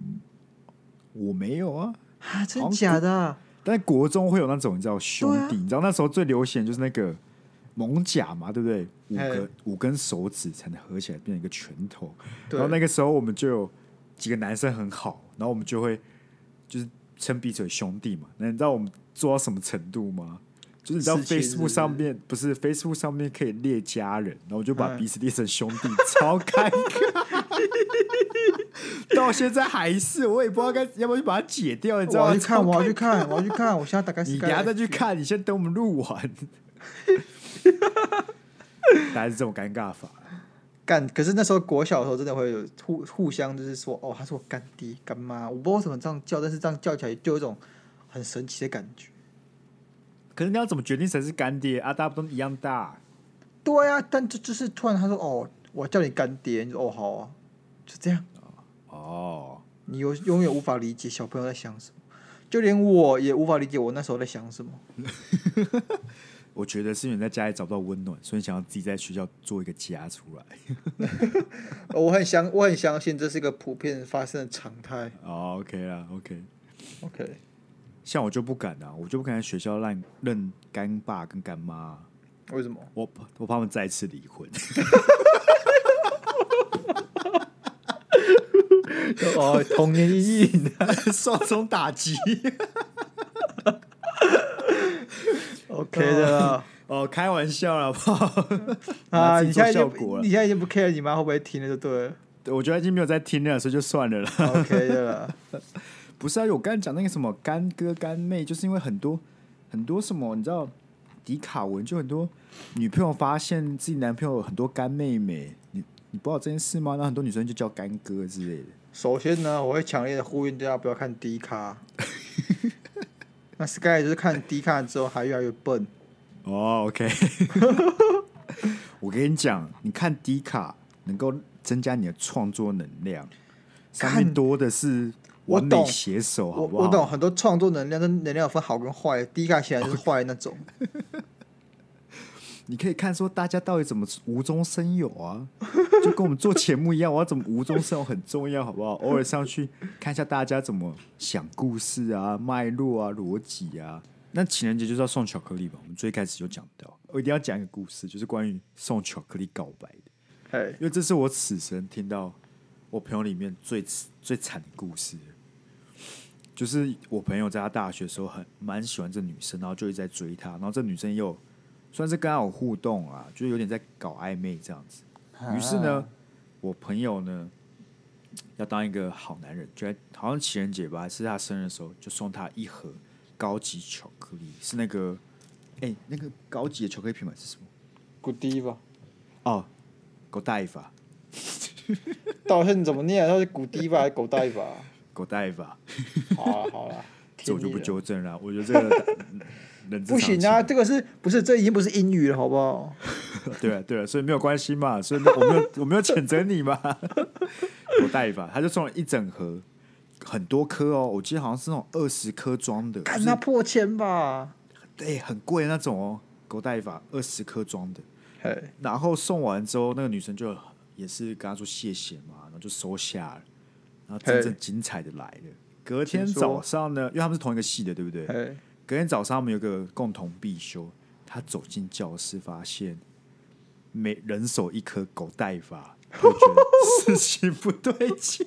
Speaker 1: 我没有啊，
Speaker 2: 啊，真
Speaker 1: 好
Speaker 2: 的
Speaker 1: 像
Speaker 2: 假的啊？
Speaker 1: 但是国中会有那种你知道兄弟，
Speaker 2: 对啊
Speaker 1: 你知道那时候最流行的就是那个蒙甲嘛，对不对？五个
Speaker 2: 哎
Speaker 1: 五根手指才能合起来变成一个拳头。
Speaker 2: 对
Speaker 1: 然后那个时候我们就有几个男生很好，然后我们就会就是称彼此为兄弟嘛。那你知道我们做到什么程度吗？就是你知道
Speaker 2: 事情是不
Speaker 1: Facebook
Speaker 2: 是
Speaker 1: 上面不是 Facebook 上面可以列家人，然后我就把
Speaker 2: 嗯
Speaker 1: 彼此列成兄弟， <laughs> 超尴尬。
Speaker 2: <laughs>
Speaker 1: 到现在还是，我也不知道该要不要去把它解掉，你知
Speaker 2: 我
Speaker 1: 道吗？
Speaker 2: 要去看，
Speaker 1: 超
Speaker 2: 我要去看，我要去看，我现在打开 Sky，
Speaker 1: 你等下再去看，你先等我们录完。大概是这种尴尬法，
Speaker 2: 干。可是那时候国小的时候真的会有互互相就是说，哦，他是我干爹、干妈，我不知道为什么这样叫，但是这样叫起来就有一种很神奇的感觉。
Speaker 1: 可是你要怎么决定谁是干爹啊？大家不都一样大，
Speaker 2: 对啊，但就就是突然他说哦，我叫你干爹，你说哦好啊，就这样，
Speaker 1: 哦，
Speaker 2: 你永永远无法理解小朋友在想什么，就连我也无法理解我那时候在想什么。
Speaker 1: 我觉得是因为你在家里找不到温暖，所以你想要自己在学校做一个家出来。
Speaker 2: 呃我很相我很相信这是一个普遍发生的常态。
Speaker 1: 哦，OK 啦，OK。
Speaker 2: OK，
Speaker 1: 像我就不敢啊，我就不敢在学校让认干爸跟干妈啊、
Speaker 2: 为什么？
Speaker 1: 我怕我怕他们再次离婚。
Speaker 2: <laughs>
Speaker 1: <laughs>
Speaker 2: 哦，童年阴影。
Speaker 1: 双重打击。
Speaker 2: <laughs> OK 的啦。
Speaker 1: 哦，开玩笑了，好不好？<laughs>
Speaker 2: <laughs> 啊，
Speaker 1: 自
Speaker 2: 你
Speaker 1: 己
Speaker 2: 现
Speaker 1: 做效
Speaker 2: 在已经
Speaker 1: 果了
Speaker 2: 你现在已经不 care 你妈会不会听了，就 <laughs> 对了。
Speaker 1: 对我觉得已经没有在听了，所以就算了啦。
Speaker 2: OK 的啦。
Speaker 1: 不是啊，我刚才讲那个什么干哥干妹，就是因为很多很多什么，你知道，迪卡文就很多女朋友发现自己男朋友有很多干妹妹，你你不知道这件事吗？那很多女生就叫干哥之类的。
Speaker 2: <laughs> 首先呢，我会强烈的呼吁大家不要看低 <laughs> 卡。那 Sky 就是看低卡之后还越来越笨。
Speaker 1: 哦，OK、o k 我跟你讲，你看迪卡能够增加你的创作能量，上面
Speaker 2: 看
Speaker 1: 多的是
Speaker 2: 我
Speaker 1: 完美
Speaker 2: 懂
Speaker 1: 写手，
Speaker 2: 我
Speaker 1: 好不
Speaker 2: 我
Speaker 1: 好？
Speaker 2: 懂很多创作能量，但能量有分好跟坏，低卡显然就是坏那种。
Speaker 1: 你可以看说大家到底怎么无中生有啊， <laughs> 就跟我们做节目一样，我要怎么无中生有很重要，好不好？偶尔上去看一下大家怎么想故事啊、脉络啊、逻辑啊。那情人节就是要送巧克力吧？我们最开始就讲到，我一定要讲一个故事，就是关于送巧克力告白的，
Speaker 2: <laughs> 嘿，
Speaker 1: 因为这是我此生听到我朋友里面最最惨的故事。就是我朋友在他大学的时候很蛮喜欢这女生，然后就一直在追她，然后这女生又算是跟他有互动啊，就是有点在搞暧昧这样子。于是呢，我朋友呢要当一个好男人，就在好像情人节吧，还是他生日的时候，就送他一盒高级巧克力，是那个哎、那个高级的巧克力品牌是什么？
Speaker 2: ，Good 吧，
Speaker 1: 哦，狗大一法， <laughs>
Speaker 2: 到底是你怎么念？到底是 Good 吧还是狗带吧？
Speaker 1: 狗大一法。
Speaker 2: 好了好了，
Speaker 1: 这我就
Speaker 2: 腻
Speaker 1: 不
Speaker 2: 了
Speaker 1: 纠正了。我觉得这
Speaker 2: <laughs>
Speaker 1: 个人之
Speaker 2: 不
Speaker 1: 常
Speaker 2: 行
Speaker 1: 情
Speaker 2: 啊，这个是不是这已经不是英语了，好不好？
Speaker 1: 对啊，对啊，所以没有关系嘛，所以没有我没有我没有谴责你嘛， <laughs> 我带吧，他就送了一整盒，很多颗哦，我记得好像是那种二十颗装的，
Speaker 2: 看
Speaker 1: 就是
Speaker 2: 他破千吧，
Speaker 1: 哎、很贵那种哦，狗带法二十颗装的，
Speaker 2: 嘿，
Speaker 1: 然后送完之后，那个女生就也是跟他说谢谢嘛，然后就收下了，然后真正
Speaker 2: 嘿
Speaker 1: 精彩的来了。隔天
Speaker 2: 请说
Speaker 1: 早上呢，因为他们是同一个系的，对不对？
Speaker 2: 嘿，
Speaker 1: 隔天早上我们有个共同必修，他走进教室发现每人手一颗狗带法，他就觉 <laughs> 得事情不对劲，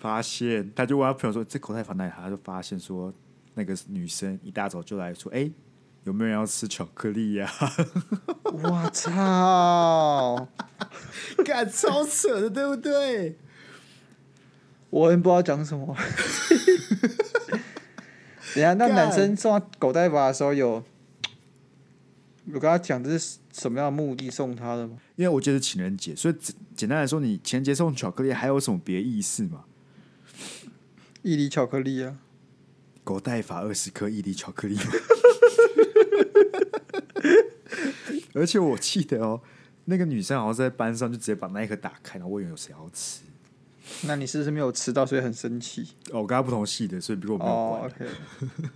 Speaker 1: 发现他就问他朋友说：“这狗带法哪里？”他就发现说，那个女生一大早就来说：“哎、有没有人要吃巧克力呀、 <laughs>
Speaker 2: 我操！
Speaker 1: 干超扯的，对不对？
Speaker 2: 我也不知道讲什么。 <laughs> 等一下，那
Speaker 1: 干
Speaker 2: 男生送他狗带把的时候有，有跟他讲这是什么样的目的送他的吗？
Speaker 1: 因为我觉得是情人节，所以简简单来说，你情人节送巧克力还有什么别意思吗？
Speaker 2: 一粒巧克力啊，
Speaker 1: 狗带法二十颗一粒巧克力。 <laughs> 而且我记得哦，那个女生好像是在班上就直接把那一颗打开，然后问有谁要吃。
Speaker 2: 那你是不是没有吃到，所以很生气？
Speaker 1: 哦，我跟她不同系的，所以比我没有
Speaker 2: 哦
Speaker 1: 关。
Speaker 2: ，OK，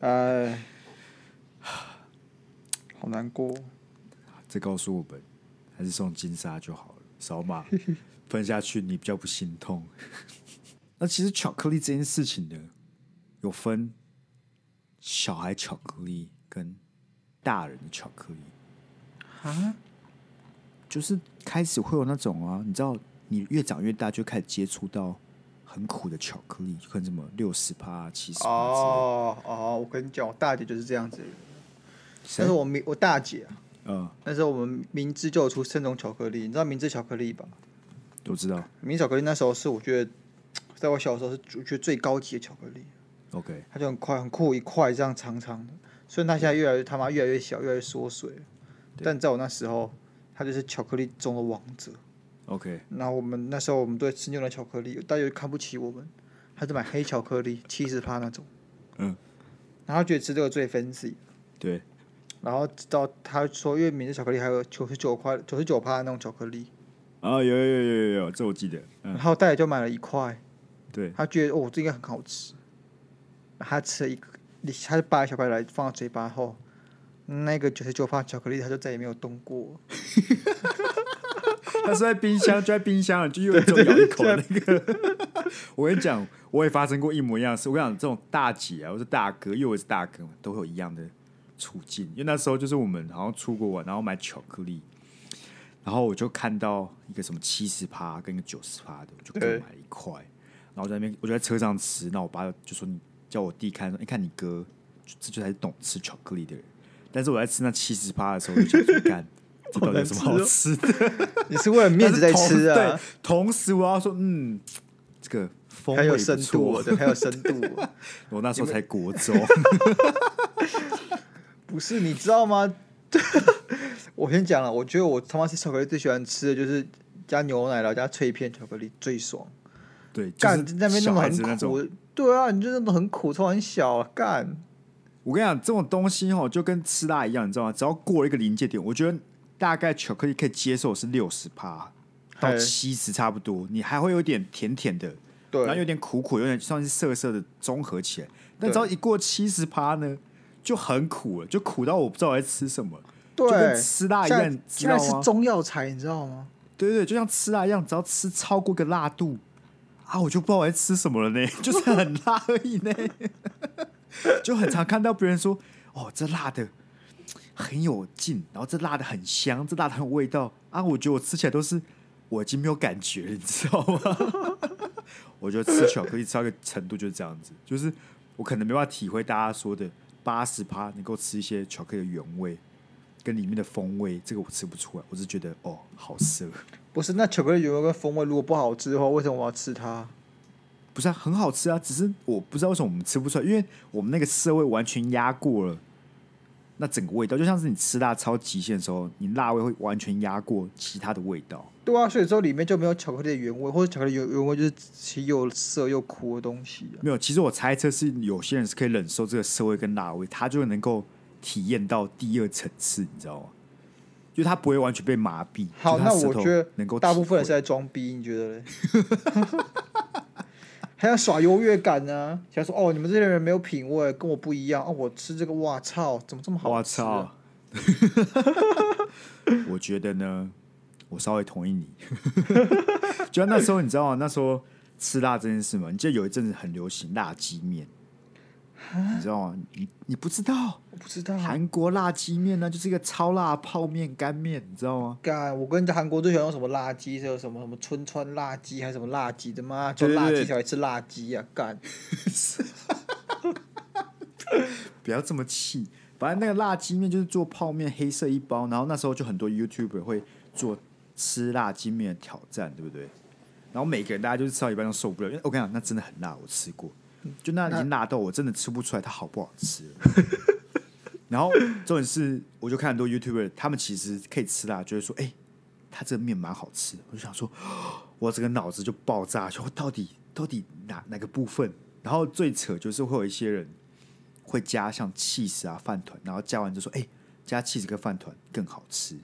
Speaker 2: 哎，好难过。
Speaker 1: 这告诉我们，还是送金沙就好了，扫码分下去，你比较不心痛。 <laughs> 那其实巧克力这件事情呢，有分小孩巧克力跟大人的巧克力。
Speaker 2: 啊？
Speaker 1: 就是开始会有那种啊，你知道，你越长越大就开始接触到很苦的巧克力，可能什么六十趴、啊七十趴之类的。
Speaker 2: 哦哦，我跟你讲，我大姐就是这样子。
Speaker 1: 谁
Speaker 2: 但是我明我大姐啊，
Speaker 1: 嗯，
Speaker 2: 那时候我们明治就有出三种巧克力，你知道明治巧克力吧？
Speaker 1: 我知道。
Speaker 2: 明治巧克力那时候是我觉得，在我小时候是我觉得最高级的巧克力，
Speaker 1: OK，
Speaker 2: 它就很块很酷，一块这样长长的。虽然它现在越来越他妈越来越小，越来越缩水了，但在我那时候，它就是巧克力中的王者。
Speaker 1: OK，
Speaker 2: 然后我们那时候我们对吃牛奶巧克力，大家就看不起我们，他就买黑巧克力，七十趴那种。
Speaker 1: 嗯。
Speaker 2: 然后他觉得吃这个最 fancy，
Speaker 1: 对，
Speaker 2: 然后直到他说，因为明治巧克力还有九十九块、九十九趴那种巧克力，
Speaker 1: 啊，有有有有有有，这我记得。嗯
Speaker 2: 然，后大家就买了一块，
Speaker 1: 对，
Speaker 2: 他觉得哦这应该很好吃，他吃了一个，他就扒了小块来放到嘴巴后，那个九十九帕巧克力他就再也没有动过，
Speaker 1: <laughs> 它是在冰箱，就在冰箱了，就用手咬一口那个。 <laughs> 我跟你讲，我也发生过一模一样的事。我跟你讲，这种大姐啊，或是大哥，因为我是大哥嘛，都会有一样的处境。因为那时候就是我们好像出国玩，然后买巧克力，然后我就看到一个什么七十趴跟一个九十趴的，我就各
Speaker 2: 对
Speaker 1: 买了一块。然后在那边，我就在车上吃。那我爸就说：“你叫我弟看，说你、哎看你哥，就这就才是懂吃巧克力的人。”但是我在吃那七十趴的时候，我就想说：“干，这到底有什么
Speaker 2: 好
Speaker 1: 好
Speaker 2: 难
Speaker 1: 吃的？”
Speaker 2: 你是为了面子在吃
Speaker 1: 但
Speaker 2: 啊
Speaker 1: 是，同。对，同时我要说，嗯，这个风
Speaker 2: 还
Speaker 1: 味
Speaker 2: 有
Speaker 1: 不
Speaker 2: 深度哦，
Speaker 1: 错。
Speaker 2: 对，还有深度哦。
Speaker 1: <laughs> 我那时候才国
Speaker 2: <laughs>
Speaker 1: 中， <laughs>
Speaker 2: 不是，你知道吗？ <laughs> 我先讲了，我觉得我他妈吃巧克力最喜欢吃的就是加牛奶，然后加脆片巧克力，最爽。
Speaker 1: 对，就
Speaker 2: 干、
Speaker 1: 是
Speaker 2: 那边那
Speaker 1: 小
Speaker 2: 么
Speaker 1: 孩子那
Speaker 2: 很
Speaker 1: 种。
Speaker 2: 苦，对啊，你就那么很苦，从很小、啊、干。
Speaker 1: 我跟你讲，这种东西哦，就跟吃辣一样，你知道吗？只要过了一个临界点，我觉得大概巧克力可以接受是六十趴到
Speaker 2: 嘿
Speaker 1: 七十差不多，你还会有点甜甜的，然后有
Speaker 2: 对，
Speaker 1: 点苦苦，有点像是涩涩的综合起来。但只要一过七十趴呢，就很苦了，就苦到我不知道我在吃什么，就跟
Speaker 2: 对，
Speaker 1: 吃辣一
Speaker 2: 现在
Speaker 1: 样，你知
Speaker 2: 现
Speaker 1: 道
Speaker 2: 在
Speaker 1: 吗？
Speaker 2: 是中药材，你知道吗？
Speaker 1: 对对对，就像吃啊辣一样，只要吃超过个辣度啊，我就不知道我在吃什么了呢， <laughs> 就是很辣而已呢。 <laughs> 就很常看到别人说，哦，这辣的很有劲，然后这辣的很香，这辣的很有味道啊。我觉得我吃起来都是我已经没有感觉了，你知道吗？ <laughs> 我觉得吃巧克力吃到一个程度就是这样子，就是我可能没办法体会大家说的八十趴能够吃一些巧克力的原味。跟里面的风味，这个我吃不出来，我只觉得哦，好涩。
Speaker 2: 不是，那巧克力原味跟风味如果不好吃的话，为什么我要吃它？
Speaker 1: 不是啊，很好吃啊，只是我不知道为什么我们吃不出来，因为我们那个涩味完全压过了那整个味道，就像是你吃辣超极限的时候，你辣味会完全压过其他的味道。
Speaker 2: 对啊，所以之后里面就没有巧克力的原味，或者巧克力原原味就是其实又涩又苦的东西啊。
Speaker 1: 没有，其实我猜测是有些人是可以忍受这个涩味跟辣味，他就能够体验到第二层次，你知道吗？就他不会完全被麻痹。
Speaker 2: 好，
Speaker 1: 就是他
Speaker 2: 那
Speaker 1: 舌
Speaker 2: 我
Speaker 1: 头
Speaker 2: 觉得
Speaker 1: 能够
Speaker 2: 大
Speaker 1: 体
Speaker 2: 部分人
Speaker 1: 会
Speaker 2: 是在装逼，你觉得嘞？ <laughs> 还要耍优越感呢、想说哦，你们这些人没有品味，跟我不一样哦。我吃这个，哇操，怎么这么好
Speaker 1: 我
Speaker 2: 吃啊、
Speaker 1: 操！ <laughs> 我觉得呢，我稍微同意你。 <laughs> 就那时候，你知道吗？那时候吃辣这件事嘛，你记得有一阵子很流行辣鸡面，你知道吗？你你不知道，
Speaker 2: 我不知道。啊
Speaker 1: 韩国辣鸡面呢，就是一个超辣泡面干面，你知道吗？
Speaker 2: 干，我跟你讲，韩国最喜欢用什么辣鸡，是有什么什么春川辣鸡，还是什么辣鸡的吗？做
Speaker 1: 对对
Speaker 2: 辣
Speaker 1: 对
Speaker 2: 鸡才会吃辣鸡啊！干，
Speaker 1: 不要这么气。反正那个辣鸡面就是做泡面，黑色一包。然后那时候就很多 YouTuber 会做吃辣鸡面的挑战，对不对？然后每个人大家就是吃到一半都受不了，因为我跟你讲，那真的很辣，我吃过，就那已经辣到我真的吃不出来它好不好吃了。 <laughs> 然后重点是，我就看很多 YouTuber，他们其实可以吃辣，就会说：“哎、他这个面蛮好吃。”我就想说， <gasps> 我整个脑子就爆炸，就到底到底哪哪个部分？然后最扯就是会有一些人会加像 cheese 啊饭团，然后加完就说：“哎、加 cheese 跟饭团更好吃。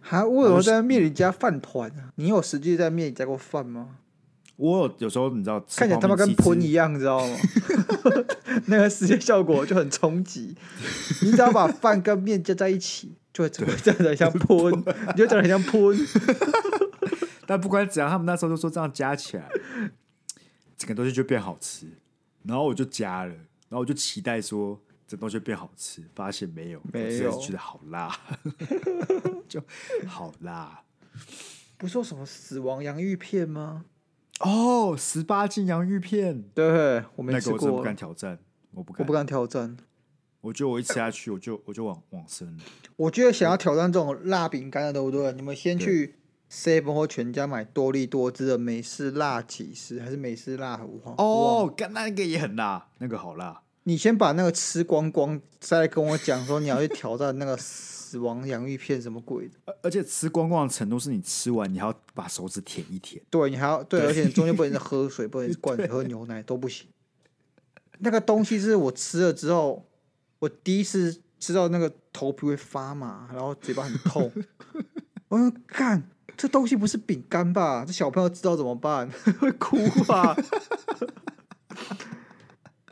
Speaker 2: 还我有在面里加饭团啊？你有实际在面里加过饭吗？”
Speaker 1: 我有有时候你知道，吃
Speaker 2: 看起来他妈
Speaker 1: 泡面
Speaker 2: 跟
Speaker 1: 吃一吃
Speaker 2: 喷一样，你知道吗？ <laughs> 那个视觉效果就很冲击。你只要把饭跟面加在一起，就会整个长得很像 <laughs> 喷，你就长得很像喷。
Speaker 1: 但不管怎样，他们那时候就说这样加起来，整个东西就变好吃。然后我就加了，然后我就期待说这东西变好吃，发现没有，
Speaker 2: 没有
Speaker 1: 我真的是觉得好辣， <laughs> 就好辣
Speaker 2: 不是有什么死亡洋芋片吗？
Speaker 1: 哦！十八禁洋芋片，
Speaker 2: 对，我没
Speaker 1: 那
Speaker 2: 吃
Speaker 1: 个我真的不
Speaker 2: 过，
Speaker 1: 敢挑战，我不
Speaker 2: 我
Speaker 1: 敢，
Speaker 2: 不敢挑战。
Speaker 1: 我觉得我一吃下去，我就我就往往生了。
Speaker 2: 我觉得想要挑战这种辣饼干的，对不对？你们先
Speaker 1: 嗯对
Speaker 2: 去 Seven 或全家买多利多汁的美式辣起司，还是美式辣糊？
Speaker 1: 哦，干那个也很辣，那个好辣。
Speaker 2: 你先把那个吃光光，再来跟我讲说你要去挑战那个死亡洋芋片什么鬼的。
Speaker 1: 而而且吃光光的程度是你吃完，你还要把手指舔一舔。
Speaker 2: 对你还要对，而且你中间不能喝水，不能灌水、喝牛奶都不行。那个东西是我吃了之后，我第一次吃到那个头皮会发麻，然后嘴巴很痛。我说干，这东西不是饼干吧？这小朋友知道怎么办？ <laughs> 会哭吧？ <laughs>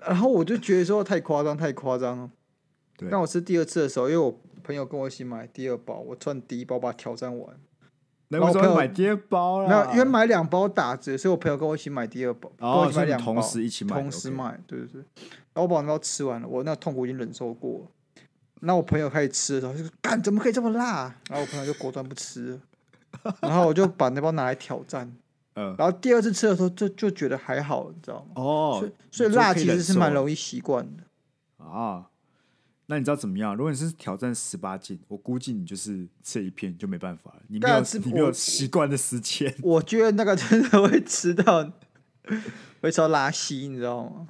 Speaker 2: 然后我就觉得说太夸张，太夸张了。
Speaker 1: 对
Speaker 2: 但我吃第二次的时候，因为我朋友跟我一起买第二包，我算第一包把它挑战完。
Speaker 1: 那
Speaker 2: 然后
Speaker 1: 为什
Speaker 2: 我朋友
Speaker 1: 么买第二包啦？
Speaker 2: 没有，因为买两包打折，所以我朋友跟我一起买第二包，跟我
Speaker 1: 哦
Speaker 2: 一，起买
Speaker 1: 你
Speaker 2: 两包，
Speaker 1: 同时一起买的，
Speaker 2: 同时
Speaker 1: OK
Speaker 2: 买，对对对。然后我把那包吃完了，我那痛苦已经忍受过了。那我朋友开始吃的时候，他就说：“干，怎么可以这么辣？”然后我朋友就果断不吃了。然后我就把那包拿来挑战，
Speaker 1: 嗯，
Speaker 2: 然后第二次吃的时候就就觉得还好，你知道吗？
Speaker 1: 哦，
Speaker 2: 所以辣
Speaker 1: 你
Speaker 2: 其
Speaker 1: 就可以
Speaker 2: 实
Speaker 1: 忍
Speaker 2: 是
Speaker 1: 受
Speaker 2: 蛮
Speaker 1: 了
Speaker 2: 容易习惯的。
Speaker 1: 啊。那你知道怎么样？如果你是挑战十八禁，我估计你就是吃一片就没办法了，你没
Speaker 2: 干
Speaker 1: 有
Speaker 2: 吃
Speaker 1: 你没有
Speaker 2: 我
Speaker 1: 习惯的时间。 <laughs>
Speaker 2: 我觉得那个真的会吃到，会吃到拉稀，你知道吗？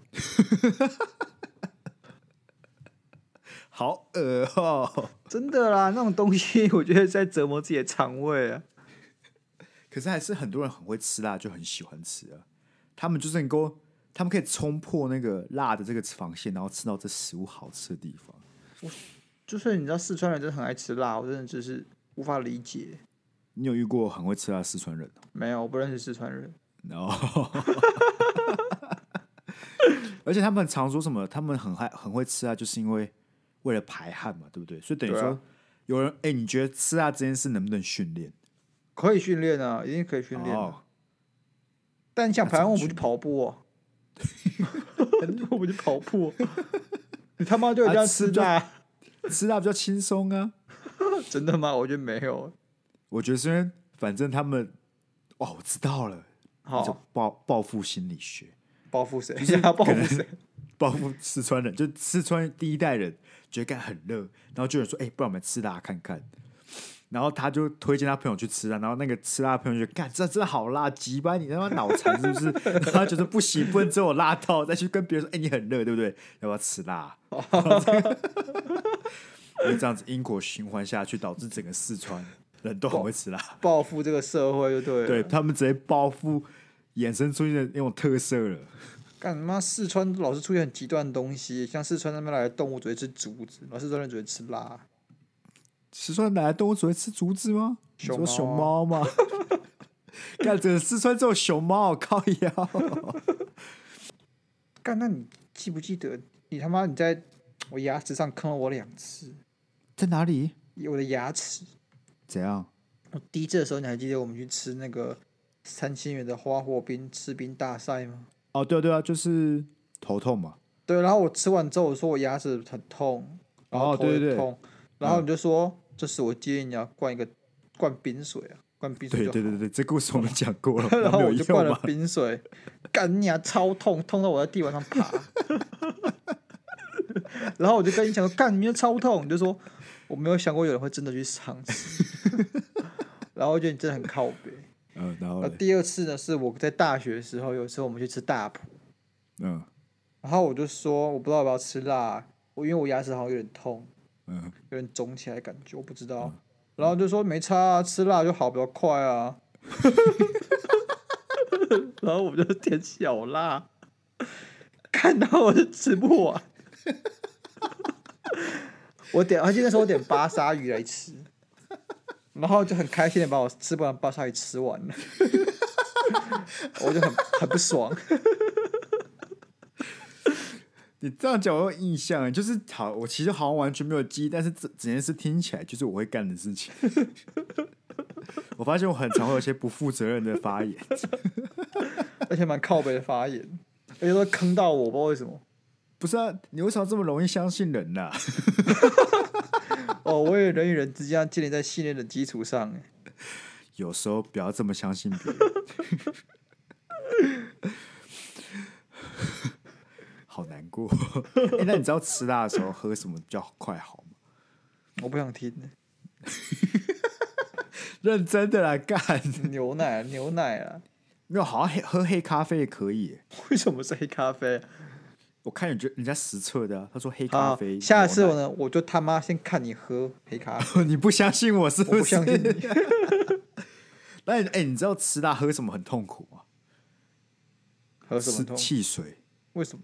Speaker 1: 好恶哦！
Speaker 2: 真的啦，那种东西我觉得在折磨自己的肠胃啊。
Speaker 1: 可是还是很多人很会吃辣，就很喜欢吃啊。他们就是能够，他们可以冲破那个辣的这个防线，然后吃到这食物好吃的地方。
Speaker 2: 就是你知道四川人真的很爱吃辣，我真的就是无法理解。
Speaker 1: 你有遇过很会吃辣的四川人哦
Speaker 2: 没有，我不认识四川人。
Speaker 1: 然后， <laughs> 而且他们常说什么，他们很爱很会吃啊，就是因为为了排汗嘛，对不对？所以等于
Speaker 2: 对啊
Speaker 1: 说，有人哎、你觉得吃辣这件事能不能训练？
Speaker 2: 可以训练啊，一定可以训练、啊。
Speaker 1: 哦，
Speaker 2: 但你想
Speaker 1: 那
Speaker 2: 排
Speaker 1: 怎
Speaker 2: 完
Speaker 1: 么
Speaker 2: 我不去
Speaker 1: 训
Speaker 2: 跑步、
Speaker 1: <laughs>
Speaker 2: 哦，我不去跑步、哦你他妈就一定
Speaker 1: 啊
Speaker 2: 要
Speaker 1: 吃
Speaker 2: 吃
Speaker 1: 就
Speaker 2: 辣？ <laughs>
Speaker 1: 吃辣比较轻松啊。
Speaker 2: 真的吗？我觉得没有。
Speaker 1: 我觉得是因为反正他们，哦，我知道了，就
Speaker 2: 好，
Speaker 1: 报报复心理学，
Speaker 2: 报复谁？想要报复谁？ <laughs>
Speaker 1: 报复四川人，就四川第一代人觉得干很热，然后就有人说，哎、不然我们吃辣看看。然后他就推荐他朋友去吃辣，然后那个吃辣的朋友就觉得干这真的好辣，鸡巴你他妈脑残是不 <laughs> 是？然后他觉得不行，不能只有我辣到，再去跟别人说，哎、你很热对不对？要不要吃辣？然后这个 <laughs> 因为这样子因果循环下去，导致整个四川人都很会吃辣。
Speaker 2: 报复这个社会就对了。啊
Speaker 1: 对，他们直接报复，衍生出现的那种特色了。
Speaker 2: 干他妈四川老是出现很极端的东西，像四川那边来的动物只会吃竹子，然后四川人只会吃辣。
Speaker 1: 四川哪来动物只会吃竹子吗？你
Speaker 2: 熊
Speaker 1: 说熊
Speaker 2: 猫
Speaker 1: 猫吗？ <laughs> 看整个四川只有熊猫，靠腰。
Speaker 2: <laughs> 干，那你记不记得你他妈你在我牙齿上坑了我两次，
Speaker 1: 在哪里？
Speaker 2: 我的牙齿。
Speaker 1: 怎样？
Speaker 2: 我第一次的时候，你还记得我们去吃那个三千元的花火冰吃冰大赛吗？
Speaker 1: 哦，对啊对啊，就是头痛嘛。
Speaker 2: 对，然后我吃完之后，我说我牙齿很痛，然后
Speaker 1: 哦
Speaker 2: 头
Speaker 1: 对
Speaker 2: 也
Speaker 1: 嗯对对
Speaker 2: 痛，然后你就说、这是我建议你要灌一个灌冰水啊，灌冰水
Speaker 1: 对
Speaker 2: 就好。
Speaker 1: 对对对，这故事我们讲过
Speaker 2: <laughs>
Speaker 1: 了，
Speaker 2: 然后我
Speaker 1: 没有
Speaker 2: 就灌
Speaker 1: 用
Speaker 2: 了
Speaker 1: 嘛。
Speaker 2: 冰水， <laughs> 干你啊，超痛，痛到我在地板上爬。 <laughs> 然后我就跟你讲说，干，你又超痛，你就说我没有想过有人会真的去尝试。 <laughs> 然后我觉得你真的很靠北。
Speaker 1: 嗯，
Speaker 2: <laughs>
Speaker 1: 然后
Speaker 2: 那
Speaker 1: 嘞
Speaker 2: 第二次呢，是我在大学的时候，有时候我们去吃大埔，
Speaker 1: 嗯
Speaker 2: 然后我就说我不知道要不要吃辣，我因为我牙齿好像有点痛，
Speaker 1: 嗯
Speaker 2: 有点肿起来的感觉，我不知道。然后就说没差啊，吃辣就好，比较快啊。 <laughs> 然后我就点小辣，看到我就吃不完。 <laughs> 我点，而且那时候我点巴沙鱼来吃，然后就很开心的把我吃不完的巴沙鱼吃完 <laughs> 了，我就很很不爽。
Speaker 1: 你这样讲我有印象欸，就是好，我其实好像完全没有记忆，但是这整件事听起来就是我会干的事
Speaker 2: <laughs>
Speaker 1: 情。我发现我很常会有一些不负责任的发言，
Speaker 2: 而且蛮靠北的发言，而且都坑到我，不知道为什么。
Speaker 1: 不是啊？你为什么这么容易相信人啊呐、
Speaker 2: 哦，我以为人与人之间要建立在信任的基础上，哎
Speaker 1: 有时候不要这么相信别人， <laughs> 好难过、欸。那你知道吃辣的时候喝什么比较快好吗？
Speaker 2: 我不想听哎
Speaker 1: 认真的来干，
Speaker 2: 牛奶啊，牛奶啊， <laughs>
Speaker 1: 没有好像黑喝黑咖啡也可以欸、
Speaker 2: 为什么是黑咖啡？啊
Speaker 1: 我看人家人家实测的啊、他说黑咖
Speaker 2: 好
Speaker 1: 啡。，
Speaker 2: 下次
Speaker 1: 牛
Speaker 2: 我
Speaker 1: 奶
Speaker 2: 呢，我就他妈先看你喝黑咖
Speaker 1: <laughs>
Speaker 2: 啡，
Speaker 1: 你不相信我是
Speaker 2: 我
Speaker 1: 不
Speaker 2: 不
Speaker 1: 是
Speaker 2: 相？信你。
Speaker 1: <laughs> 那你哎、你知道吃辣喝什么很痛苦吗？
Speaker 2: 喝什
Speaker 1: 吃
Speaker 2: 么痛？
Speaker 1: 汽水，
Speaker 2: 为什么？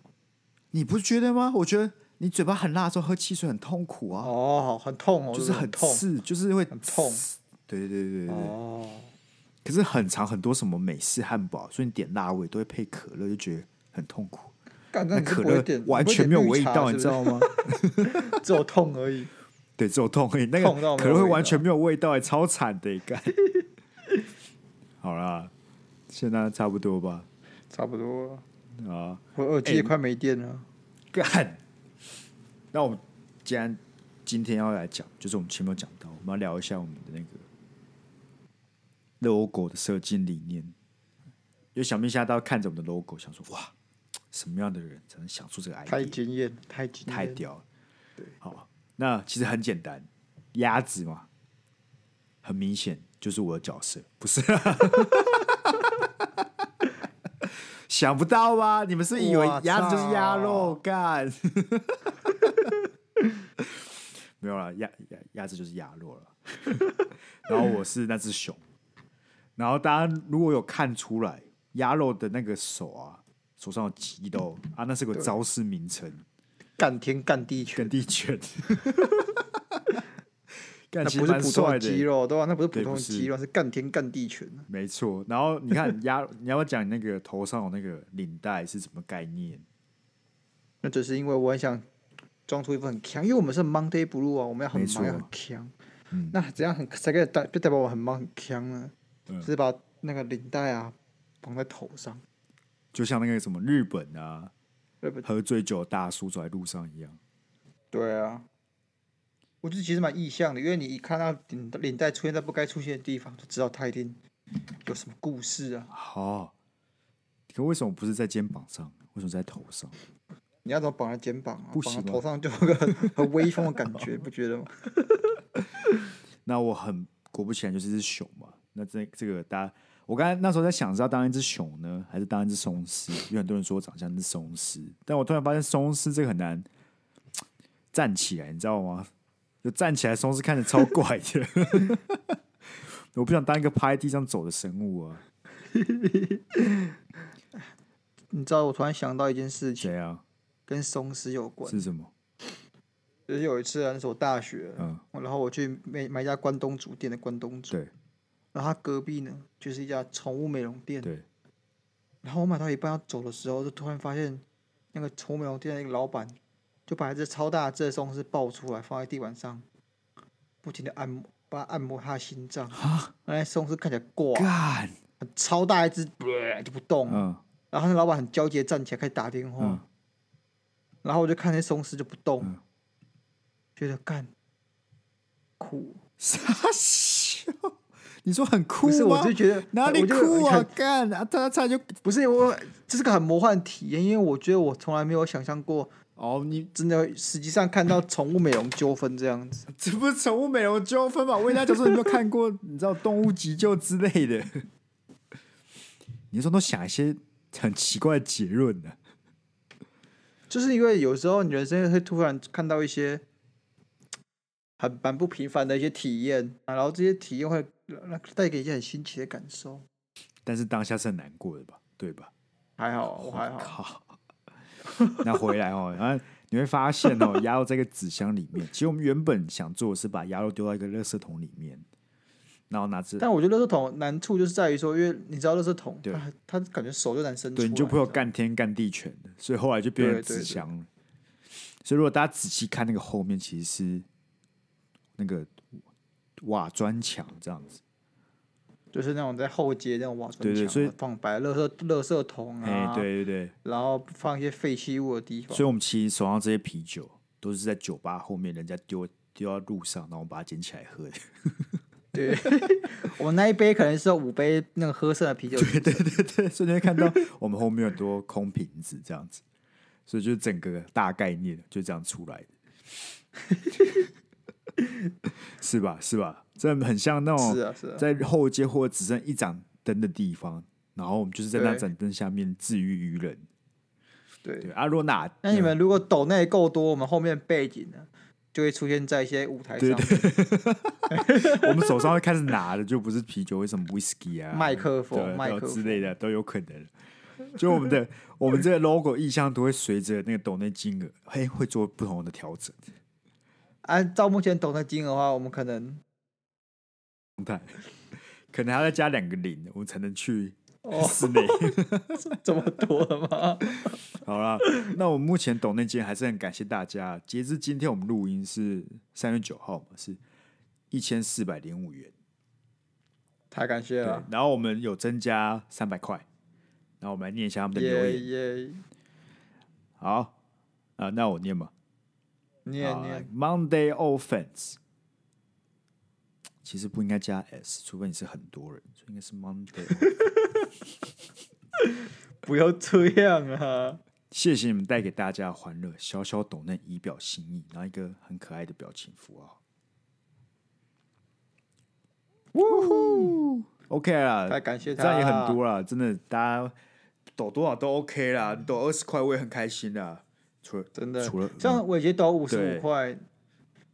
Speaker 1: 你不觉得吗？我觉得你嘴巴很辣的时候喝汽水很痛苦啊，
Speaker 2: 哦，好很痛哦，
Speaker 1: 就是
Speaker 2: 很
Speaker 1: 很
Speaker 2: 痛
Speaker 1: 刺，就是会很
Speaker 2: 痛。
Speaker 1: 对对对对对对。
Speaker 2: 哦。
Speaker 1: 可是很长很多什么美式汉堡，所以你点辣味都会配可乐，就觉得很痛苦。
Speaker 2: 干，那
Speaker 1: 那
Speaker 2: 你是
Speaker 1: 可
Speaker 2: 不会
Speaker 1: 乐
Speaker 2: 点
Speaker 1: 完全没有味道，
Speaker 2: 你
Speaker 1: 你知
Speaker 2: 不会点绿茶是
Speaker 1: 道吗？ <laughs>
Speaker 2: 不是 <laughs> 只有痛而已。
Speaker 1: 对，只有痛而已。那
Speaker 2: 痛到
Speaker 1: 个可
Speaker 2: 没有
Speaker 1: 乐会
Speaker 2: 味
Speaker 1: 完
Speaker 2: 道
Speaker 1: 全没有味道，哎，超惨的，
Speaker 2: <laughs>
Speaker 1: 干。好啦，现在差不多吧？
Speaker 2: 差不多了，
Speaker 1: 啊，
Speaker 2: 我耳机也快没电了。
Speaker 1: 干。那我们既然今天要来讲，就是我们前面有讲到，我们要聊一下我们的那个 logo 的设计理念。因为小明现在都看着我们的 logo，想说哇，什么样的人才能想出这个 idea？
Speaker 2: 太惊艳，太惊
Speaker 1: 太
Speaker 2: 艳，
Speaker 1: 屌了。好，那其实很简单，鸭子嘛，很明显就是我的角色，不是？ <laughs> 想不到吧？你们是以为
Speaker 2: 哇
Speaker 1: 鸭子就是鸭
Speaker 2: 操
Speaker 1: 肉干？ <laughs> 没有啦，鸭鸭鸭子就是鸭肉了。然后我是那只熊，然后大家如果有看出来，鸭肉的那个手啊，手上有肌肉啊，那是个招式名称。
Speaker 2: 干天干地
Speaker 1: 跟。
Speaker 2: 拳
Speaker 1: 地 <laughs> 卷，干
Speaker 2: 那
Speaker 1: 其
Speaker 2: 不
Speaker 1: 实
Speaker 2: 是
Speaker 1: 蛮
Speaker 2: 普通
Speaker 1: 帅
Speaker 2: 的肌
Speaker 1: 的，欸
Speaker 2: 肉，对吧、啊那不是普
Speaker 1: 对
Speaker 2: 通
Speaker 1: 不
Speaker 2: 的
Speaker 1: 是
Speaker 2: 肌肉，是干天干地拳啊
Speaker 1: 没错。然后你看
Speaker 2: <laughs>
Speaker 1: 鸭，你要不要讲那个头上有那个领带是什么概念？
Speaker 2: 那只是因为我很想装出一副很强，因为我们是 Monday Blue 啊，我们要很
Speaker 1: 没
Speaker 2: 忙
Speaker 1: 错
Speaker 2: 要很强。
Speaker 1: 嗯
Speaker 2: 那怎样很才可以代就代表我很忙很强呢？
Speaker 1: 嗯
Speaker 2: 就是把那个领带啊绑在头上，
Speaker 1: 就像那个什么日本啊，
Speaker 2: 对不对？
Speaker 1: 喝醉酒的大叔走在路上一样。
Speaker 2: 对啊，我觉得其实蛮意向的，因为你一看到领领带出现在不该出现的地方，就知道他一定有什么故事啊。
Speaker 1: 好、可为什么不是在肩膀上？为什么在头上？
Speaker 2: 你要怎么绑在肩膀啊？
Speaker 1: 不
Speaker 2: 绑在
Speaker 1: 行吗
Speaker 2: 头上就有个很很威风的感觉， <laughs> 不觉得吗？
Speaker 1: 那我很果不其然就是一只熊嘛。那这这个大家，我刚才那时候在想是要当一只熊呢，还是当一只松狮？因为很多人说我长相是 <sniffs> 松狮，但我突然发现松狮这个很难站起来，你知道吗？就站起来松是看着超怪的。我不想当一个趴在地上走的生物啊！
Speaker 2: 你知道，我突然想到一件事情，
Speaker 1: 谁啊？
Speaker 2: 跟松狮有关。
Speaker 1: 是什么？
Speaker 2: 就是有一次啊，那时候我大学，
Speaker 1: 嗯，
Speaker 2: 然后我去买买一家关东煮店的关东煮，
Speaker 1: 对
Speaker 2: 然后它隔壁呢就是一家宠物美容店，
Speaker 1: 对，
Speaker 2: 然后我买到一半要走的时候，就突然发现那个宠物美容店的那个老板就把一只超大只的松狮抱出来放在地板上，不停的按摩，帮它按摩它的心脏，那松狮看起来挂，
Speaker 1: 啊干，
Speaker 2: 很超大一只，呃就不动，
Speaker 1: 嗯
Speaker 2: 然后那老板很焦急地站起来开始打电话，
Speaker 1: 嗯
Speaker 2: 然后我就看那松狮就不动，
Speaker 1: 嗯
Speaker 2: 觉得干酷，
Speaker 1: 傻笑，你说很酷
Speaker 2: 不是，我
Speaker 1: 吗
Speaker 2: 就？觉得
Speaker 1: 啊哪里
Speaker 2: 我就
Speaker 1: 酷啊？
Speaker 2: 很
Speaker 1: 干啊！他差点就
Speaker 2: 不是我，这是个很魔幻的体验，因为我觉得我从来没有想象过，
Speaker 1: 哦，你
Speaker 2: 真的实际上看到宠物美容纠纷这样子。 <laughs>
Speaker 1: <laughs> 这不是宠物美容纠纷吗？我跟大家讲说，你有没有看过？你知道动物急救之类的？你说都想一些很奇怪的结论呢、
Speaker 2: 就是因为有时候你人生会突然看到一些很蛮不平凡的一些体验，啊然后这些体验会让带给一些很新奇的感受。
Speaker 1: 但是当下是很难过的吧？对吧？
Speaker 2: 还好，我还好，
Speaker 1: 靠！那回来哦，然后你会发现哦， <laughs> 鸭肉在一个纸箱里面。其实我们原本想做的是把鸭肉丢到一个垃圾桶里面，然后拿着，
Speaker 2: 但我觉得垃圾桶难处就是在于说，因为你知道垃圾桶，
Speaker 1: 对
Speaker 2: 它它感觉手就难伸出来，
Speaker 1: 对，你就不会有
Speaker 2: 知道吗
Speaker 1: 干天干地权的，所以后来就变成
Speaker 2: 对对
Speaker 1: 纸
Speaker 2: 对
Speaker 1: 箱了。所以如果大家仔细看那个后面，其实是那个瓦砖墙这样子。
Speaker 2: 就是那种在后街那种瓦
Speaker 1: 对对
Speaker 2: 砖墙啊
Speaker 1: 所以
Speaker 2: 放白垃圾垃圾桶
Speaker 1: 哎、
Speaker 2: 啊，
Speaker 1: 对对对，
Speaker 2: 然后放一些废弃物的地方
Speaker 1: 所以。我们其实手上这些啤酒都是在酒吧后面人家丢丢到路上，然后我们把它捡起来喝的。 <laughs>
Speaker 2: 对，我们那一杯可能是有五杯那个喝剩的啤酒，
Speaker 1: 对对对，所以你会看到我们后面有很多空瓶子这样子，所以就整个大概念就这样出来的， <laughs> 是吧？是吧？这很像那
Speaker 2: 是
Speaker 1: 种
Speaker 2: 啊是啊，
Speaker 1: 在后街或者只剩一盏灯的地方，然后我们就是在那
Speaker 2: 对
Speaker 1: 盏灯下面治愈愚人。对
Speaker 2: 对。
Speaker 1: 啊，如果哪
Speaker 2: 那你们如果抖内够多，我们后面背景呢就会出现在一些舞台上
Speaker 1: 对
Speaker 2: 面，
Speaker 1: 我们手上会开始拿的，就不是啤酒，为什么 whisky 啊、
Speaker 2: 麦克风
Speaker 1: 对
Speaker 2: 麦
Speaker 1: 然后
Speaker 2: 克
Speaker 1: 之类的都有可能。就我们的我们这个 logo 意向都会随着那个抖内金额，嘿，会做不同的调整。
Speaker 2: 按照目前抖内金额的话，我们可能
Speaker 1: 状
Speaker 2: <laughs>
Speaker 1: 态，可能还要再加两个零，我们才能去
Speaker 2: 哦
Speaker 1: 室内。
Speaker 2: 这么多了吗？ <laughs>
Speaker 1: 好啦，那我们目前懂内间还是很感谢大家。截至今天我们录音是三月九号嘛，是一千四百零五元。
Speaker 2: 太感谢
Speaker 1: 对
Speaker 2: 了，，
Speaker 1: 然后我们有增加三百块。然后我们来念一下他们的留
Speaker 2: 耶
Speaker 1: 言。
Speaker 2: 耶！
Speaker 1: 好啊、那我念吧。
Speaker 2: 念
Speaker 1: 好啊
Speaker 2: 念，
Speaker 1: Monday offense，其实不应该加 s，除非你是很多人，所以应该是 Monday offense。
Speaker 2: <laughs> 不要这样
Speaker 1: <laughs>
Speaker 2: 啊！
Speaker 1: 谢谢你们带给大家的欢乐，小小抖嫩以表心意，然后一个很可爱的表情符号。呜呼，OK 啦，
Speaker 2: 太感谢
Speaker 1: 这
Speaker 2: 他，
Speaker 1: 样也很多啦，真的，大家抖多少都 OK 啦，抖二十块我也很开心啦。除了
Speaker 2: 真的
Speaker 1: 除了，嗯
Speaker 2: 这样伟杰抖五十
Speaker 1: 对
Speaker 2: 五块，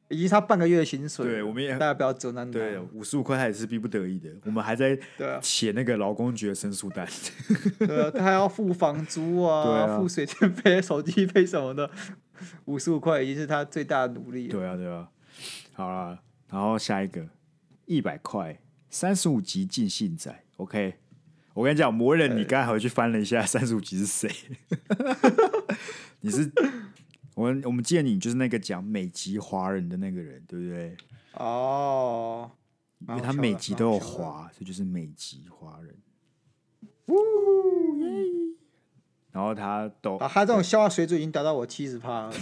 Speaker 2: 已经是他半个月的薪水了。
Speaker 1: 对我们也
Speaker 2: 大家不要折难他。
Speaker 1: 对五十五块他也是逼不得已的，我们还在
Speaker 2: 对啊，
Speaker 1: 写那个劳工局的申诉单。
Speaker 2: 对
Speaker 1: <laughs>
Speaker 2: 啊，他还要付房租
Speaker 1: 对
Speaker 2: 啊，
Speaker 1: 啊
Speaker 2: 付水电费、手机费什么的，五十五块已经是他最大的努力了。
Speaker 1: 对啊，对啊。好啦，然后下一个一百块，三十五集尽兴仔，OK。我跟你讲，魔人，你刚才回去翻了一下三十五集是谁？ <laughs> 你是我们我们记得你就是那个讲美籍华人的那个人，对不对？
Speaker 2: 哦，
Speaker 1: 因
Speaker 2: 因
Speaker 1: 为他每集都有，华，所以就是美籍华人。然后他都
Speaker 2: 啊，他这种消化水准已经达到我七十趴
Speaker 1: <laughs>
Speaker 2: 了。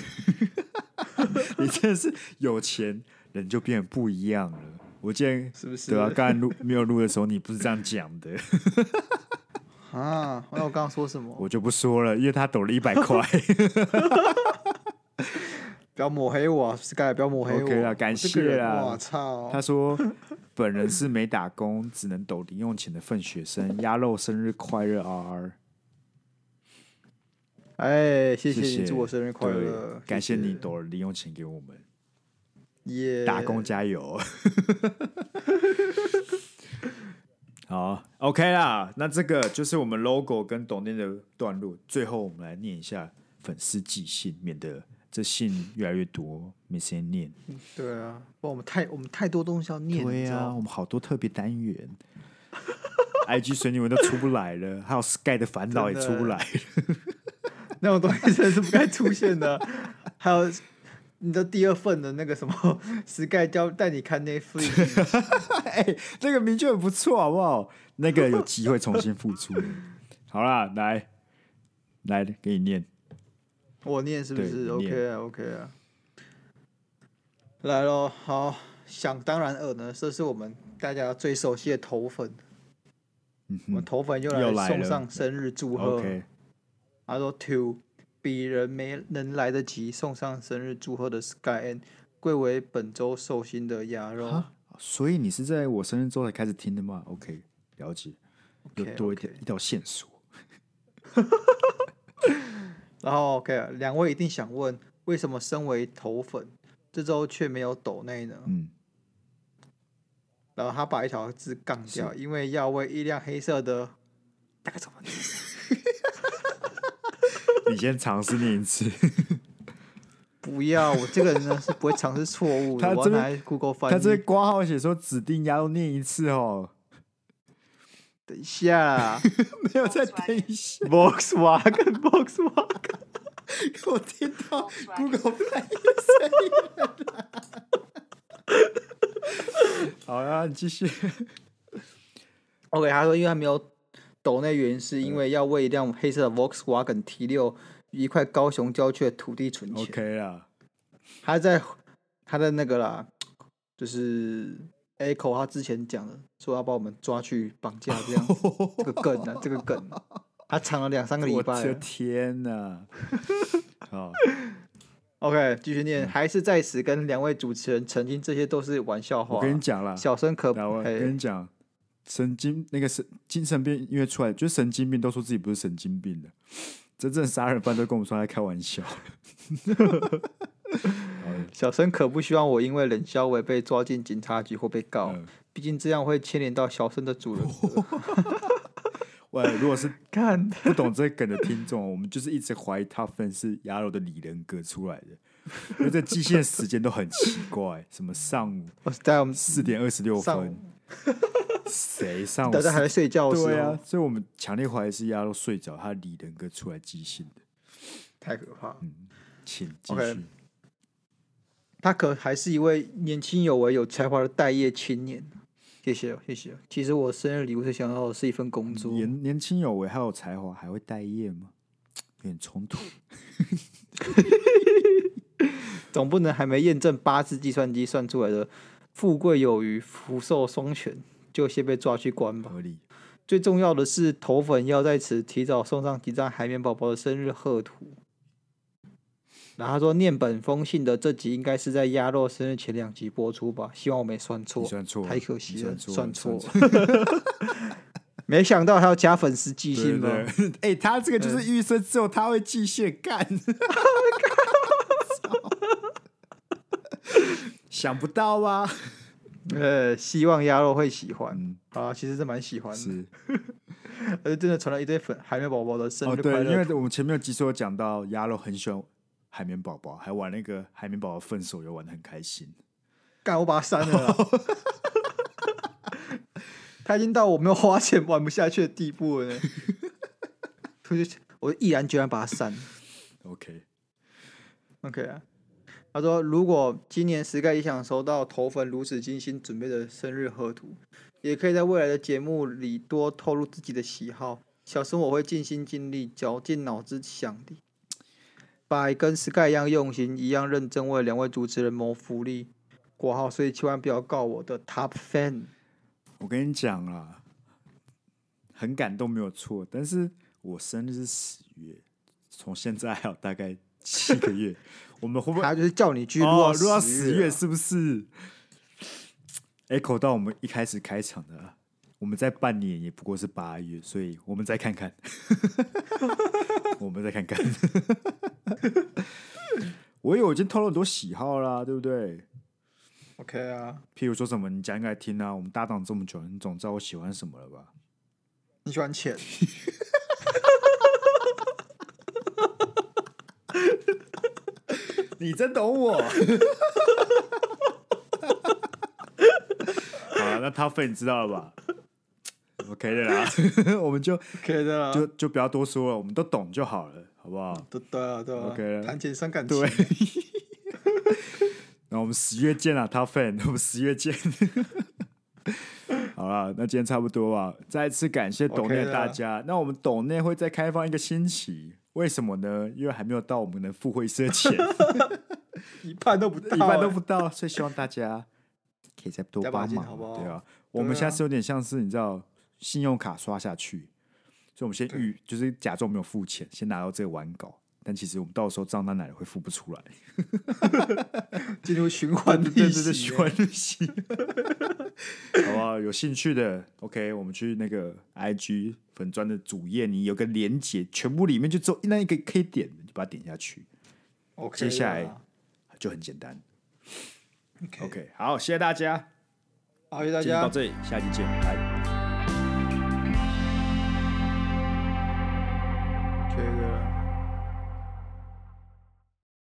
Speaker 1: 你真的是有钱人就变得不一样了。我记得
Speaker 2: 是不是
Speaker 1: 对啊，刚才录没有录的时候，你不是这样讲的，
Speaker 2: 啊，那我刚刚说什么？
Speaker 1: 我就不说了，因为他抖了一百
Speaker 2: <laughs>
Speaker 1: 块。
Speaker 2: 不要抹黑我啊，Sky，不要抹黑我。
Speaker 1: OK 啦感谢啦
Speaker 2: 我操！
Speaker 1: 他说，本人是没打工，只能抖零用钱的笨学生。鸭肉生日快乐，R R，
Speaker 2: 哎，谢
Speaker 1: 谢
Speaker 2: 你，祝我生日快
Speaker 1: 对
Speaker 2: 乐，
Speaker 1: 感谢你
Speaker 2: 懂。
Speaker 1: 抖了零用钱给我们。
Speaker 2: 耶、
Speaker 1: 打工加
Speaker 2: <laughs>
Speaker 1: 油。好，OK 啦，那这个就是我们 logo 跟董店的段落。最后，我们来念一下粉丝寄信，免得这信越来越多，没时间念。
Speaker 2: 对啊，不，我们太我们太多东西要念，你
Speaker 1: 对
Speaker 2: 知道
Speaker 1: 啊，
Speaker 2: 吗
Speaker 1: 我们好多特别单元 <laughs> ，IG 水女文都出不来了，还有 Sky 的烦恼也
Speaker 2: 真
Speaker 1: 出
Speaker 2: 的
Speaker 1: 不来。
Speaker 2: 那种东西真的是不该出现的。还有你的第二份的那个什么 Sky 教带你看
Speaker 1: <laughs>
Speaker 2: Netflix，
Speaker 1: 哎、那个明确很不错，好不好？那个有机会重新复
Speaker 2: <laughs>
Speaker 1: 出。好啦，来，来给你念。
Speaker 2: 我念是不
Speaker 1: 对
Speaker 2: 是
Speaker 1: 你
Speaker 2: ？OK 啊，OK 啊。来喽，好，想当然尔呢，这是我们大家最熟悉的头粉，
Speaker 1: 嗯
Speaker 2: 我们
Speaker 1: 哼
Speaker 2: 头粉又
Speaker 1: 又
Speaker 2: 来
Speaker 1: 来
Speaker 2: 送
Speaker 1: 了
Speaker 2: 上生日祝贺。
Speaker 1: ，OK，
Speaker 2: 他说 To 比人没能来得及送上生日祝贺的 Sky N，贵为本周寿星的鸭肉
Speaker 1: 哈。所以你是在我生日之后才开始听的吗？OK，了解，又
Speaker 2: OK，
Speaker 1: 多一
Speaker 2: OK
Speaker 1: 点一条线索。
Speaker 2: 然后 OK，两啊位一定想问，为什么身为头粉，这周却没有抖内呢？
Speaker 1: 嗯，
Speaker 2: 然后他把一条字杠掉，因为要为一辆黑色的，大概怎么念？
Speaker 1: 你先尝试念一次。
Speaker 2: 不要，我这个人呢是不会尝试错误的，
Speaker 1: 他
Speaker 2: 我要
Speaker 1: 这
Speaker 2: 拿
Speaker 1: 边
Speaker 2: 来 Google <laughs> 翻
Speaker 1: 他这
Speaker 2: 译。
Speaker 1: 挂号写说指定要念一次
Speaker 2: <laughs>
Speaker 1: 哦，
Speaker 2: 等一下
Speaker 1: <laughs>
Speaker 2: 啊啦
Speaker 1: 没有再等一下，
Speaker 2: <laughs> ，Volkswagen，Volkswagen，
Speaker 1: 我听到 Google 翻译的声音了。 <laughs> 好啦，你
Speaker 2: <laughs>
Speaker 1: 继续。
Speaker 2: OK，他说，因为他没有抖内原因，是
Speaker 1: 嗯
Speaker 2: 因为要为一辆黑色的 Volkswagen T 六一块高雄郊区的土地存钱。
Speaker 1: OK 啦。
Speaker 2: 他在他在那个啦，就是 Echo 他之前讲的，说要把我们抓去绑架这样
Speaker 1: <laughs>
Speaker 2: 子，这个梗啊，这个梗，他藏了两三个礼
Speaker 1: 我
Speaker 2: 拜啊
Speaker 1: 的
Speaker 2: 了。
Speaker 1: 天
Speaker 2: <laughs>
Speaker 1: 哪！好，
Speaker 2: OK，继续念，
Speaker 1: 嗯
Speaker 2: 还是在此跟两位主持人澄清，这些都是玩笑话啊。
Speaker 1: 我跟你讲啦，
Speaker 2: 小生可
Speaker 1: 来，我跟
Speaker 2: 嘿
Speaker 1: 你讲，神经那个神精神病因为出来，就神经病都说自己不是神经病的，真正杀人犯都跟我们说在开玩笑。
Speaker 2: 小生可不希望我因为冷消委被抓进警察局或被告，
Speaker 1: 嗯
Speaker 2: 毕竟这样会牵连到小生的 <laughs> 主人格。
Speaker 1: 喂，如果是
Speaker 2: 看，
Speaker 1: 不懂这梗的听众，我们就是一直怀疑他分是鸭肉的里人格出来的，因为这寄信的时间都很奇怪，什么上午
Speaker 2: 我在我 <laughs> 们
Speaker 1: 四点二十六
Speaker 2: 上午
Speaker 1: 分，谁上午
Speaker 2: 大家还在哦睡觉的时候，
Speaker 1: 对啊，所以我们强烈怀疑是鸭肉睡着，他理人格出来寄信的。
Speaker 2: 太可怕了。
Speaker 1: 请继
Speaker 2: OK
Speaker 1: 续。
Speaker 2: 他可还是一位年轻有为、有才华的待业青年。谢谢哦，谢谢哦。其实我生日礼物最想要的是一份工作。
Speaker 1: 年年轻有为，还有才华，还会待业吗？有点冲突。
Speaker 2: 总不能还没验证八字计算机算出来的“富贵有余，福寿双全”，就先被抓去关吧。
Speaker 1: 合理。
Speaker 2: 最重要的是，头粉要在此提早送上几张海绵宝宝的生日贺图。然后他说，念本封信的这集应该是在鸭肉生日前两集播出吧？希望我没算错
Speaker 1: 你。算错了，
Speaker 2: 太可惜
Speaker 1: 你
Speaker 2: 了，
Speaker 1: 算
Speaker 2: 算
Speaker 1: 错
Speaker 2: 错
Speaker 1: 了。。
Speaker 2: <laughs> 没想到还要加粉丝寄信
Speaker 1: 对
Speaker 2: 吗？
Speaker 1: 对， <laughs> 哎，他这个
Speaker 2: 嗯
Speaker 1: 就是预设之后他会继续
Speaker 2: <laughs>
Speaker 1: 干。 <laughs> 想不到
Speaker 2: <laughs>
Speaker 1: 吧？
Speaker 2: 呃，希望鸭肉会喜欢、
Speaker 1: 嗯
Speaker 2: 啊，其实是蛮喜欢的，
Speaker 1: 是
Speaker 2: 而且真的传了一堆粉海绵宝宝的生
Speaker 1: 哦，
Speaker 2: 日快
Speaker 1: 对，因
Speaker 2: 乐
Speaker 1: 为我们前面有几集有讲到鸭肉很喜欢海绵宝宝，还玩那个海绵宝宝分手游玩的很开心。
Speaker 2: 干、我把它删了
Speaker 1: 哦
Speaker 2: 啦。他已经到我没有花钱玩不下去的地
Speaker 1: <laughs>
Speaker 2: 步了呢，所以就我毅然决然把它删。
Speaker 1: OK，
Speaker 2: OK 啊，他说如果今年 Sky 也想收到头粉如此精心准备的生日贺图，也可以在未来的节目里多透露自己的喜好。小生我会尽心尽力，绞尽脑汁想的，把跟 Sky 一样用心，一样认真为两位主持人谋福利。括号，所以千万不要告我的 Top Fan。
Speaker 1: 我跟你讲啦，很感动没有错，但是我生日是十月，从现在还有大概七个
Speaker 2: <laughs>
Speaker 1: 月，我们会不会
Speaker 2: 他就是叫你去录
Speaker 1: 哦，录
Speaker 2: 到
Speaker 1: 到
Speaker 2: 十
Speaker 1: 十
Speaker 2: 月
Speaker 1: 月
Speaker 2: 啊，
Speaker 1: 是不是？echo 到我们一开始开场的啊，我们在半年也不过是八月，所以我们再看 <laughs> 看，我们再看 <laughs> 看。我有已经透露很多喜好啦，对不对？
Speaker 2: OK 啊，
Speaker 1: 譬如说什么，你讲给来听啊，我们搭档这么久，你总知道我喜欢什么了吧？
Speaker 2: 你喜欢
Speaker 1: <laughs>
Speaker 2: 钱？
Speaker 1: 你真懂 <laughs> 我。好啊，那他费你知道了吧？OK 的啦， <laughs> 啊我们就
Speaker 2: OK 的啦，
Speaker 1: 就就不要多说了，我们都懂就好了，好不好？
Speaker 2: 对对啊，对啊
Speaker 1: OK 了
Speaker 2: 谈钱伤感情
Speaker 1: 对。 <laughs> 那我们十月见啊，他 fan，我们十月 <laughs> 见。好了，那今天差不多吧。再次感谢抖
Speaker 2: OK
Speaker 1: 内
Speaker 2: 的
Speaker 1: 大家。那我们抖内会再开放一个星期，为什么呢？因为还没有到我们的付会社钱，
Speaker 2: 一半都不到、
Speaker 1: <laughs> 一半都不到，所以希望大家可以再多
Speaker 2: 加把
Speaker 1: 帮
Speaker 2: 劲
Speaker 1: 忙，
Speaker 2: 好不好
Speaker 1: 对啊，我们下次有点像是你知道，信用卡刷下去，所以我们先预就是假装没有付钱，先拿到这个完稿，但其实我们到时候账单来了会付不出来。
Speaker 2: 哎进入循环
Speaker 1: <laughs> 对 <laughs>
Speaker 2: 利
Speaker 1: 对对，
Speaker 2: 息
Speaker 1: 喜
Speaker 2: 哎。
Speaker 1: 欢日系， <laughs> 好不好？有兴趣的，OK，我们去那个 IG 粉砖的主页，你有个连接，全部里面就只有那一个可以点的，你就把它点下去，
Speaker 2: OK，
Speaker 1: 接下
Speaker 2: 的
Speaker 1: 来
Speaker 2: 啦
Speaker 1: 就很简单。
Speaker 2: OK，
Speaker 1: OK，好，谢谢大家，
Speaker 2: 好，谢谢大
Speaker 1: 今天到
Speaker 2: 家，
Speaker 1: 这里，下期见，拜。
Speaker 2: OK 的啦。